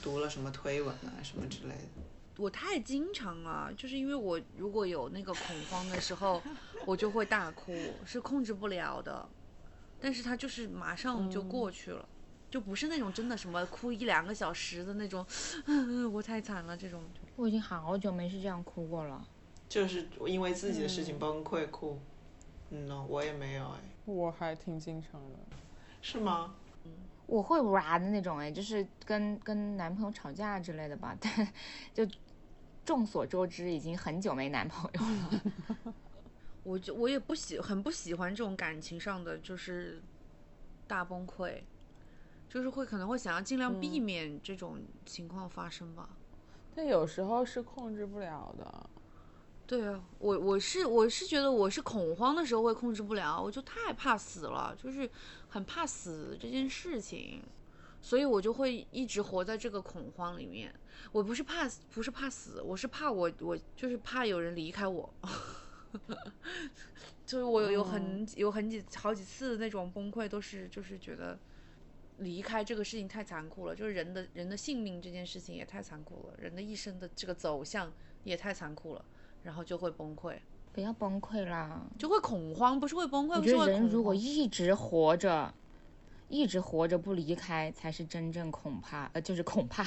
S3: 读了什么推文啊什么之类的。
S4: 我太经常了，就是因为我如果有那个恐慌的 时候，我就会大哭，是控制不了的。但是它就是马上就过去
S2: 嗯
S4: 了，就不是那种真的什么哭一两个小时的那种， 嗯，我太惨了这种。
S1: 我已经好久没是这样哭过了。
S3: 就是因为自己的事情崩溃哭。嗯喏，我也没有哎，
S2: 我还挺经常的。
S3: 是吗？
S1: 我会哇的那种哎，就是跟跟男朋友吵架之类的吧，但 就众所周知，已经很久没男朋友了。
S4: 我就我也不喜很不喜欢这种感情上的就是大崩溃，就是会可能会想要尽量避免这种情况发生吧。
S2: 但有时候是控制不了的。
S4: 对啊，我我是我是觉得我是恐慌的时候会控制不了，我就太怕死了，就是很怕死这件事情，所以我就会一直活在这个恐慌里面。我不是怕不是怕死，我是怕我我就是怕有人离开我， 就是我有有很有很几好几次那种崩溃，都是就是觉得离开这个事情太残酷了，就是人的人的性命这件事情也太残酷了，人的一生的这个走向也太残酷了。然后就会崩溃。
S1: 不要崩溃啦！
S4: 就会恐慌，不是会崩溃，
S1: 我
S4: 不
S1: 觉
S4: 是会
S1: 得人
S4: 恐
S1: 如果
S4: 慌。
S1: 一直活着，一直活着不离开，才是真正恐怕，呃，就是恐怕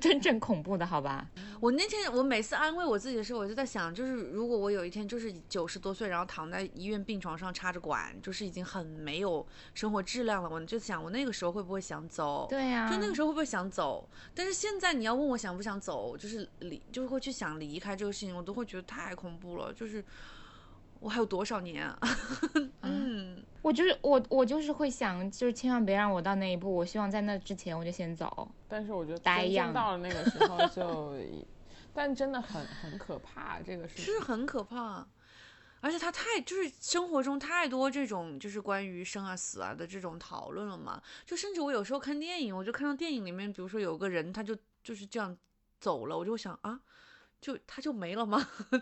S1: 真正恐怖的，好吧？
S4: 我那天我每次安慰我自己的时候，我就在想，就是如果我有一天就是九十多岁，然后躺在医院病床上插着管，就是已经很没有生活质量了，我就想我那个时候会不会想走？
S1: 对啊呀、
S4: 就那个时候会不会想走？但是现在你要问我想不想走，就是离，就是会去想离开这个事情，我都会觉得太恐怖了。就是我还有多少年、啊？嗯，
S1: 我就是我，我就是会想，就是千万别让我到那一步。我希望在那之前我就先走。
S2: 但是我觉得
S1: 呆
S2: 真正
S1: 样
S2: 到了那个时候就， 但真的很很可怕这个事情
S4: 是。很可怕。啊而且他太就是生活中太多这种就是关于生啊死啊的这种讨论了嘛，就甚至我有时候看电影，我就看到电影里面，比如说有个人他就就是这样走了，我就会想啊，就他就没了吗？ 就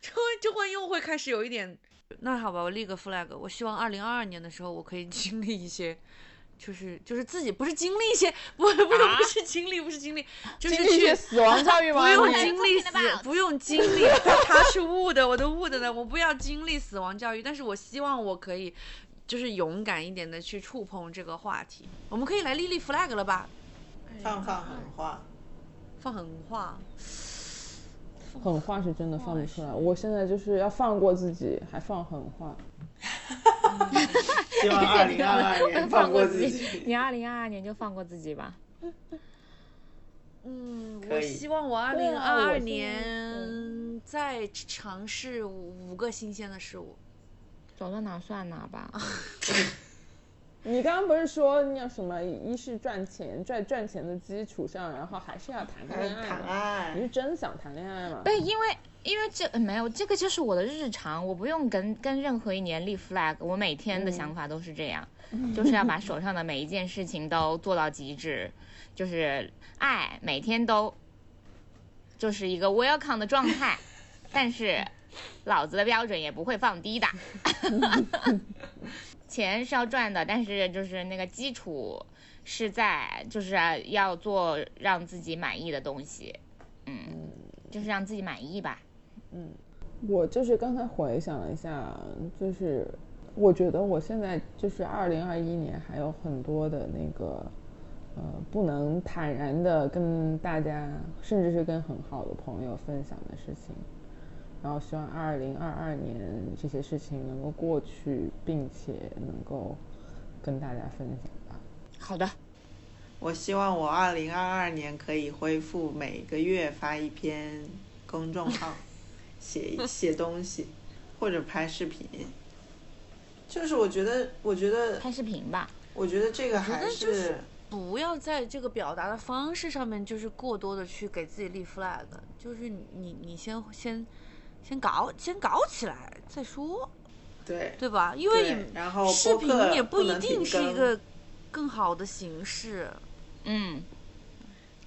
S4: 就会就会又会开始有一点，那好吧，我立个 flag，我希望二零二二年的时候我可以经历一些。就是就是自己不是经历一些不不不是经历不是经历，就是
S2: 啊经历一
S4: 去
S2: 些死亡教 育吗？
S4: 不用
S2: 你
S4: 经历死
S5: talking，about？
S4: 不用经历， 它它是悟的，我都悟的呢。我不要经历死亡教育，但是我希望我可以，就是勇敢一点的去触碰这个话题。我们可以来立立 flag 了吧？
S3: 放放狠 话，
S4: 放狠话，
S2: 狠话是真的放不出来，我现在就是要放过自己，还放狠话。
S3: 希望二零二二年 放过自己。
S1: 你二零二二年就放过自己吧。
S4: 嗯，
S3: 可
S4: 我
S3: 以
S4: 希望我嗯二
S2: 对
S4: 零
S2: 啊我
S4: 二二
S2: 现在
S4: 年再尝试五个新鲜的事物。
S1: 走到哪算哪吧。
S2: 你刚刚不是说你有什么一是赚钱，在赚钱的基础上，然后还是要谈个
S3: 还有
S2: 恋爱
S3: 哎谈
S4: 啊
S2: 吗？你
S3: 爱，
S2: 是真想谈恋爱吗？
S1: 对，因为因为这没有这个就是我的日常，我不用跟跟任何一年立 flag，我每天的想法都是这样，就是要把手上的每一件事情都做到极致，就是爱每天都就是一个 welcome 的状态，但是老子的标准也不会放低的，钱是要赚的，但是就是那个基础是在就是要做让自己满意的东西。嗯，就是让自己满意吧。
S2: 我就是刚才回想了一下，就是我觉得我现在就是二零二一年还有很多的那个呃，不能坦然的跟大家，甚至是跟很好的朋友分享的事情。然后希望二零二二年这些事情能够过去，并且能够跟大家分享吧。
S1: 好的，
S3: 我希望我二零二二年可以恢复每个月发一篇公众号，写写东西， 或者拍视频。就是我觉得，我觉得，
S1: 拍视频吧。
S3: 我觉得这个还
S4: 得就是不要在这个表达的方式上面，就是过多的去给自己立 flag，就是你你你先先先搞先搞起来再说，
S3: 对。
S4: 对吧？因为
S3: 对
S4: 你
S3: 然后
S4: 视
S3: 播
S4: 频
S3: 客
S4: 也不一
S3: 能停
S4: 定是一
S3: 更
S4: 个更好的形式。
S1: 嗯，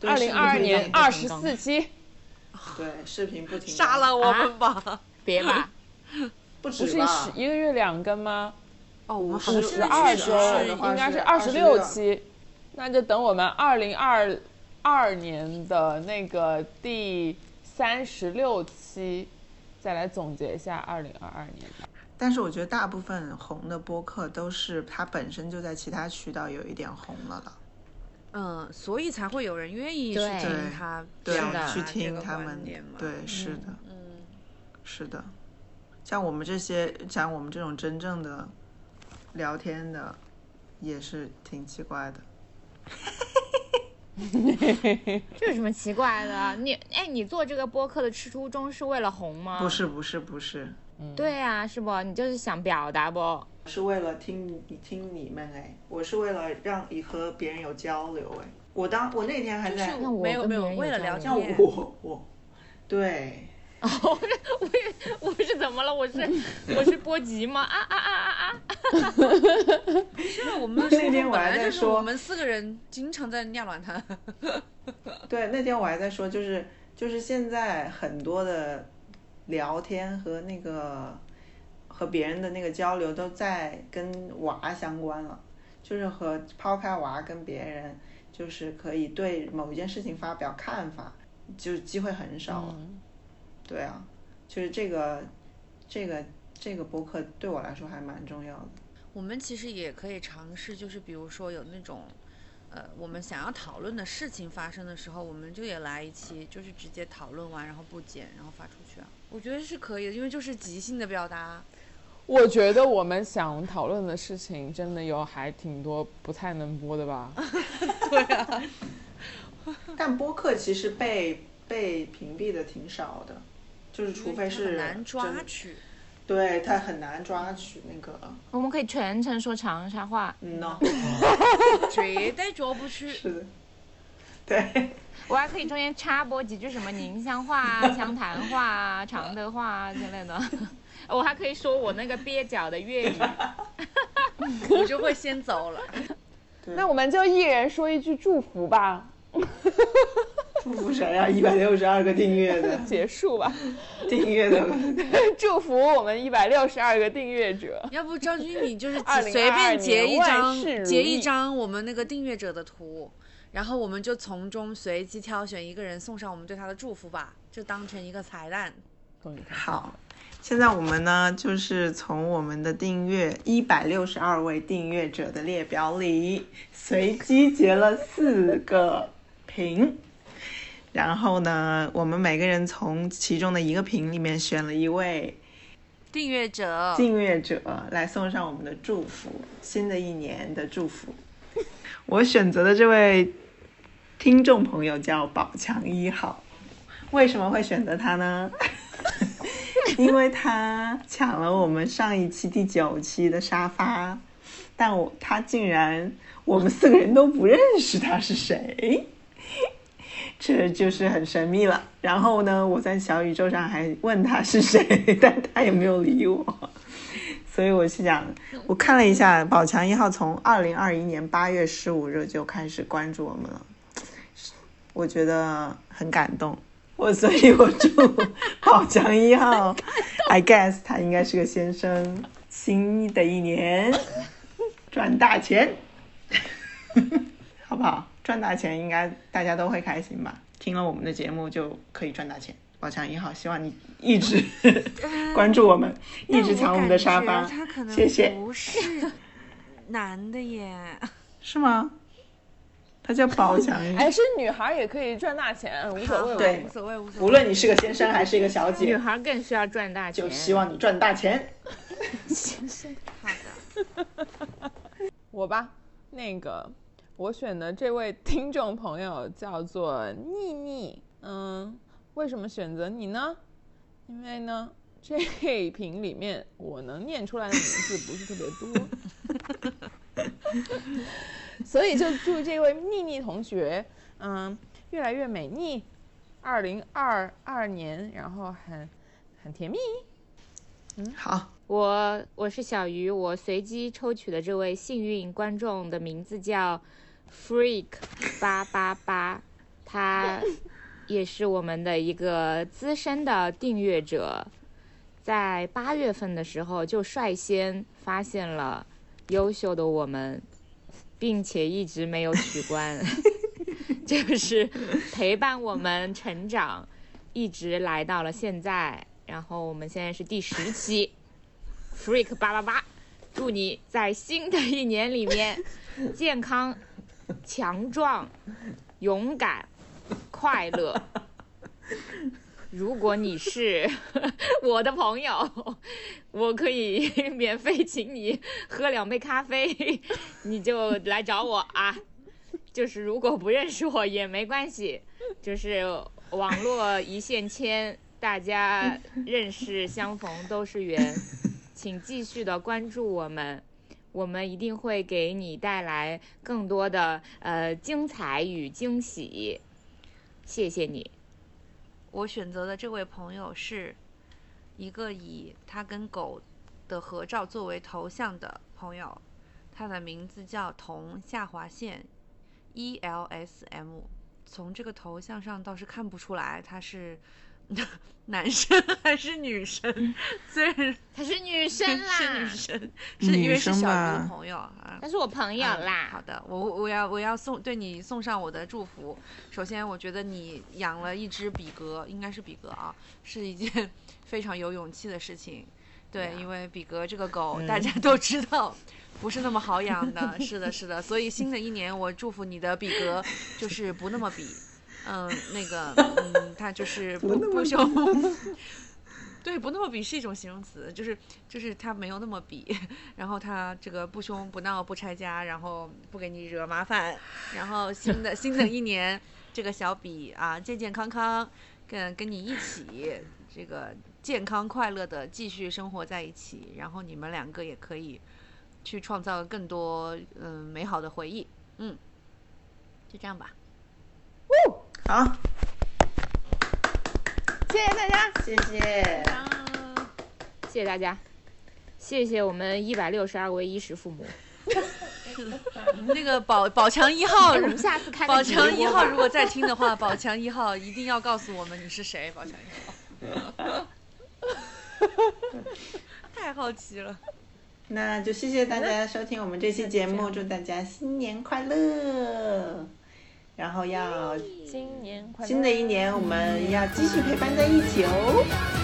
S3: 对
S2: 二
S3: 视
S2: 零
S3: 频
S2: 二二
S3: 不
S2: 年
S3: 停
S2: 二十四期，
S3: 对视频不停
S4: 杀
S3: 更
S4: 了我们吧！
S1: 别吧。
S3: 不
S2: 不
S3: 止
S2: 是
S3: 吧
S2: 十？一个月两更吗？
S4: 哦，我们好
S3: 五
S4: 像
S3: 十
S4: 现
S2: 十
S4: 在
S2: 二周
S4: 确实
S3: 22的话
S2: 应该
S3: 是
S2: 是二十
S3: 26
S2: 六期，那就等我们二零二二年的那个第三十六期再来总结一下二零二二年吧。
S3: 但是我觉得大部分红的播客都是它本身就在其他渠道有一点红了了，
S4: 嗯，所以才会有人愿意去
S1: 对
S4: 听他
S3: 对
S4: 表达，
S3: 去
S4: 啊这
S3: 听
S4: 个
S3: 他
S4: 观
S3: 们
S4: 点嘛，
S3: 对，是的，
S4: 嗯，
S3: 是的。像我们这些，像我们这种真正的聊天的，也是挺奇怪的。
S1: 这有什么奇怪的？你哎，你做这个播客的初衷是为了红吗？
S3: 不。是，
S4: 嗯
S3: 不是，不是，
S1: 对啊，是不？你就是想表达不？
S3: 是为了听你听你们哎，我是为了让你和别人有交流哎。我当我那天还在，
S1: 那我
S4: 没有
S1: 跟
S4: 没有
S1: 别人
S4: 为了
S1: 交流
S4: 聊天
S3: 像我我，对，
S1: 我是怎么了？ 我是我是波及吗？啊啊啊啊啊！
S4: 是啊，我们的
S3: 那
S4: 初衷
S3: 天
S4: 本
S3: 我还
S4: 来
S3: 在
S4: 就是
S3: 说
S4: 我们四个人经常在尿卵谈，
S3: 对，那天我还在说，就是就是现在很多的聊天和那个和别人的那个交流都在跟娃相关了，就是和抛开娃跟别人，就是可以对某一件事情发表
S4: 嗯
S3: 看法，就机会很少了。对啊，就是这个这个这个播客对我来说还蛮重要的。
S4: 我们其实也可以尝试，就是比如说有那种，呃，我们想要讨论的事情发生的时候，我们就也来一期，就是直接讨论完，然后不剪，然后发出去啊。我觉得是可以的，因为就是即兴的表达。
S2: 我觉得我们想讨论的事情，真的有还挺多不太能播的吧？
S4: 对啊，嗯
S3: 但播客其实被被屏蔽的挺少的，就是除非是
S4: 很难抓
S3: 真
S4: 取。
S3: 对他很难抓取那个，
S1: 我们可以全程说长沙话。
S3: 嗯呢，
S4: 绝对抓不去。
S3: 是的，对，
S1: 我还可以中间插播几句什么宁乡话 啊、湘潭话啊、常德话啊之类的。 我还可以说我那个蹩脚的粤语，
S4: 我就会先走了。
S2: 那我们就一人说一句祝福吧，
S3: 祝福谁啊？一百六十二个订阅的
S2: 结束吧，
S3: 订阅的，
S2: 祝福我们一百六十二个订阅者。
S4: 要不张军，你就是
S2: 2022
S4: 随便截一
S2: 年
S4: 张
S2: 万事如
S4: 截一
S2: 意
S4: 张我们那个订阅者的图，然后我们就从中随机挑选一个人送上我们对他的祝福吧，就当成一个彩蛋。
S3: 好。现在我们呢，就是从我们的订阅一百六十二位订阅者的列表里，随机截了四个屏，然后呢，我们每个人从其中的一个屏里面选了一位
S4: 订阅者，
S3: 订阅者来送上我们的祝福，新的一年的祝福。我选择的这位听众朋友叫宝强一号，为什么会选择他呢？ 因为他抢了我们上一期第九期的沙发，但我他竟然我们四个人都不认识他是谁。这就是很神秘了。然后呢，我在小宇宙上还问他是谁，但他也没有理我。所以我是想， 我看了一下，宝强一号从二零二一年八月十五日就开始关注我们了，我觉得很感动。我所以，我祝宝强一号，I guess 他应该是个先生，新的一年赚大钱。好不好？赚大钱应该大家都会开心吧？听了我们的节目就可以赚大钱。宝强一号，希望你一直关注我们，一直抢我们的沙发。
S4: 他可能
S3: 谢谢
S4: 不是男的耶。
S3: 是吗？他叫宝强一号。
S2: 哎，是女孩也可以赚大钱，无所谓。
S3: 对
S4: 无所谓，无所谓。
S3: 无论你是个先生还是一个小
S1: 女
S3: 姐，
S1: 孩更需要赚大钱
S3: 就。希望你赚大钱。
S4: 好的，
S2: 我吧，那个我选的这位听众朋友叫做妮妮，嗯，为什么选择你呢？因为呢，这一瓶里面我能念出来的名字不是特别多，所以就祝这位妮妮同学，嗯，越来越美丽，二零二二年，然后很很甜蜜。
S3: 好，
S1: 我我是小鱼，我随机抽取的这位幸运观众的名字叫 Freak 八八八，他也是我们的一个资深的订阅者，在八月份的时候就率先发现了优秀的我们，并且一直没有取关，就是陪伴我们成长，一直来到了现在。然后我们现在是第十期。freak 八八八，祝你在新的一年里面健康、强壮、勇敢、快乐。如果你是我的朋友，我可以 免费请你喝两杯咖啡，你就来找我啊。就是如果不认识我也没关系，就是网络一线牵，大家认识相逢都是缘。请继续的关注我们，我们一定会给你带来更多的呃精彩与惊喜。谢谢你，
S4: 我选择的这位朋友是一个以他跟狗的合照作为头像的朋友，他的名字叫童下划线 E L S M。从这个头像上倒是看不出来他是 男生还是女
S3: 嗯
S4: 生，虽然
S1: 她是女生
S4: 是女
S1: 啦，
S4: 生，是因
S3: 女
S4: 为是
S3: 生
S4: 小鱼
S3: 吧
S4: 的朋友啊
S1: 她。是我朋友
S4: 嗯
S1: 啦
S4: 好。的，我我要我要送对你送上我的祝福。首先，我觉得你 养了一只比格，应该是比格啊，是一件非常有勇气的事情。对，嗯因为比格这个狗大家都知道不是那么好养的，是的，是的。所以新的一年我祝福你的比格就是不那么比，嗯，那个，嗯，它就是不不凶。 对，不那么比是一种形容词，就是就是它没有那么比，然后它这个不凶不闹不拆家，然后不给你惹麻烦，然后新的新的一年，这个小比啊健健康康，跟跟你一起这个健康快乐的继续生活在一起，然后你们两个也可以去创造更多嗯美好的回忆，嗯，就这样吧，
S3: 好，
S1: 谢谢大家，
S3: 谢谢。
S1: 谢谢大家，谢谢我们一百六十二位衣食父母。
S4: 那个宝宝强一号
S1: 哎，我们下次开个
S4: 宝
S1: 直
S4: 强一
S1: 播
S4: 号
S1: 吧
S4: 如果在听的话，宝强一号一定要告诉我们你是谁，宝强一号。太好奇了，
S3: 那就谢谢大家收听我们这期节目，祝大家新年快乐！然后要
S5: 新年快乐！
S3: 新的一年，我们要继续陪伴在一起哦。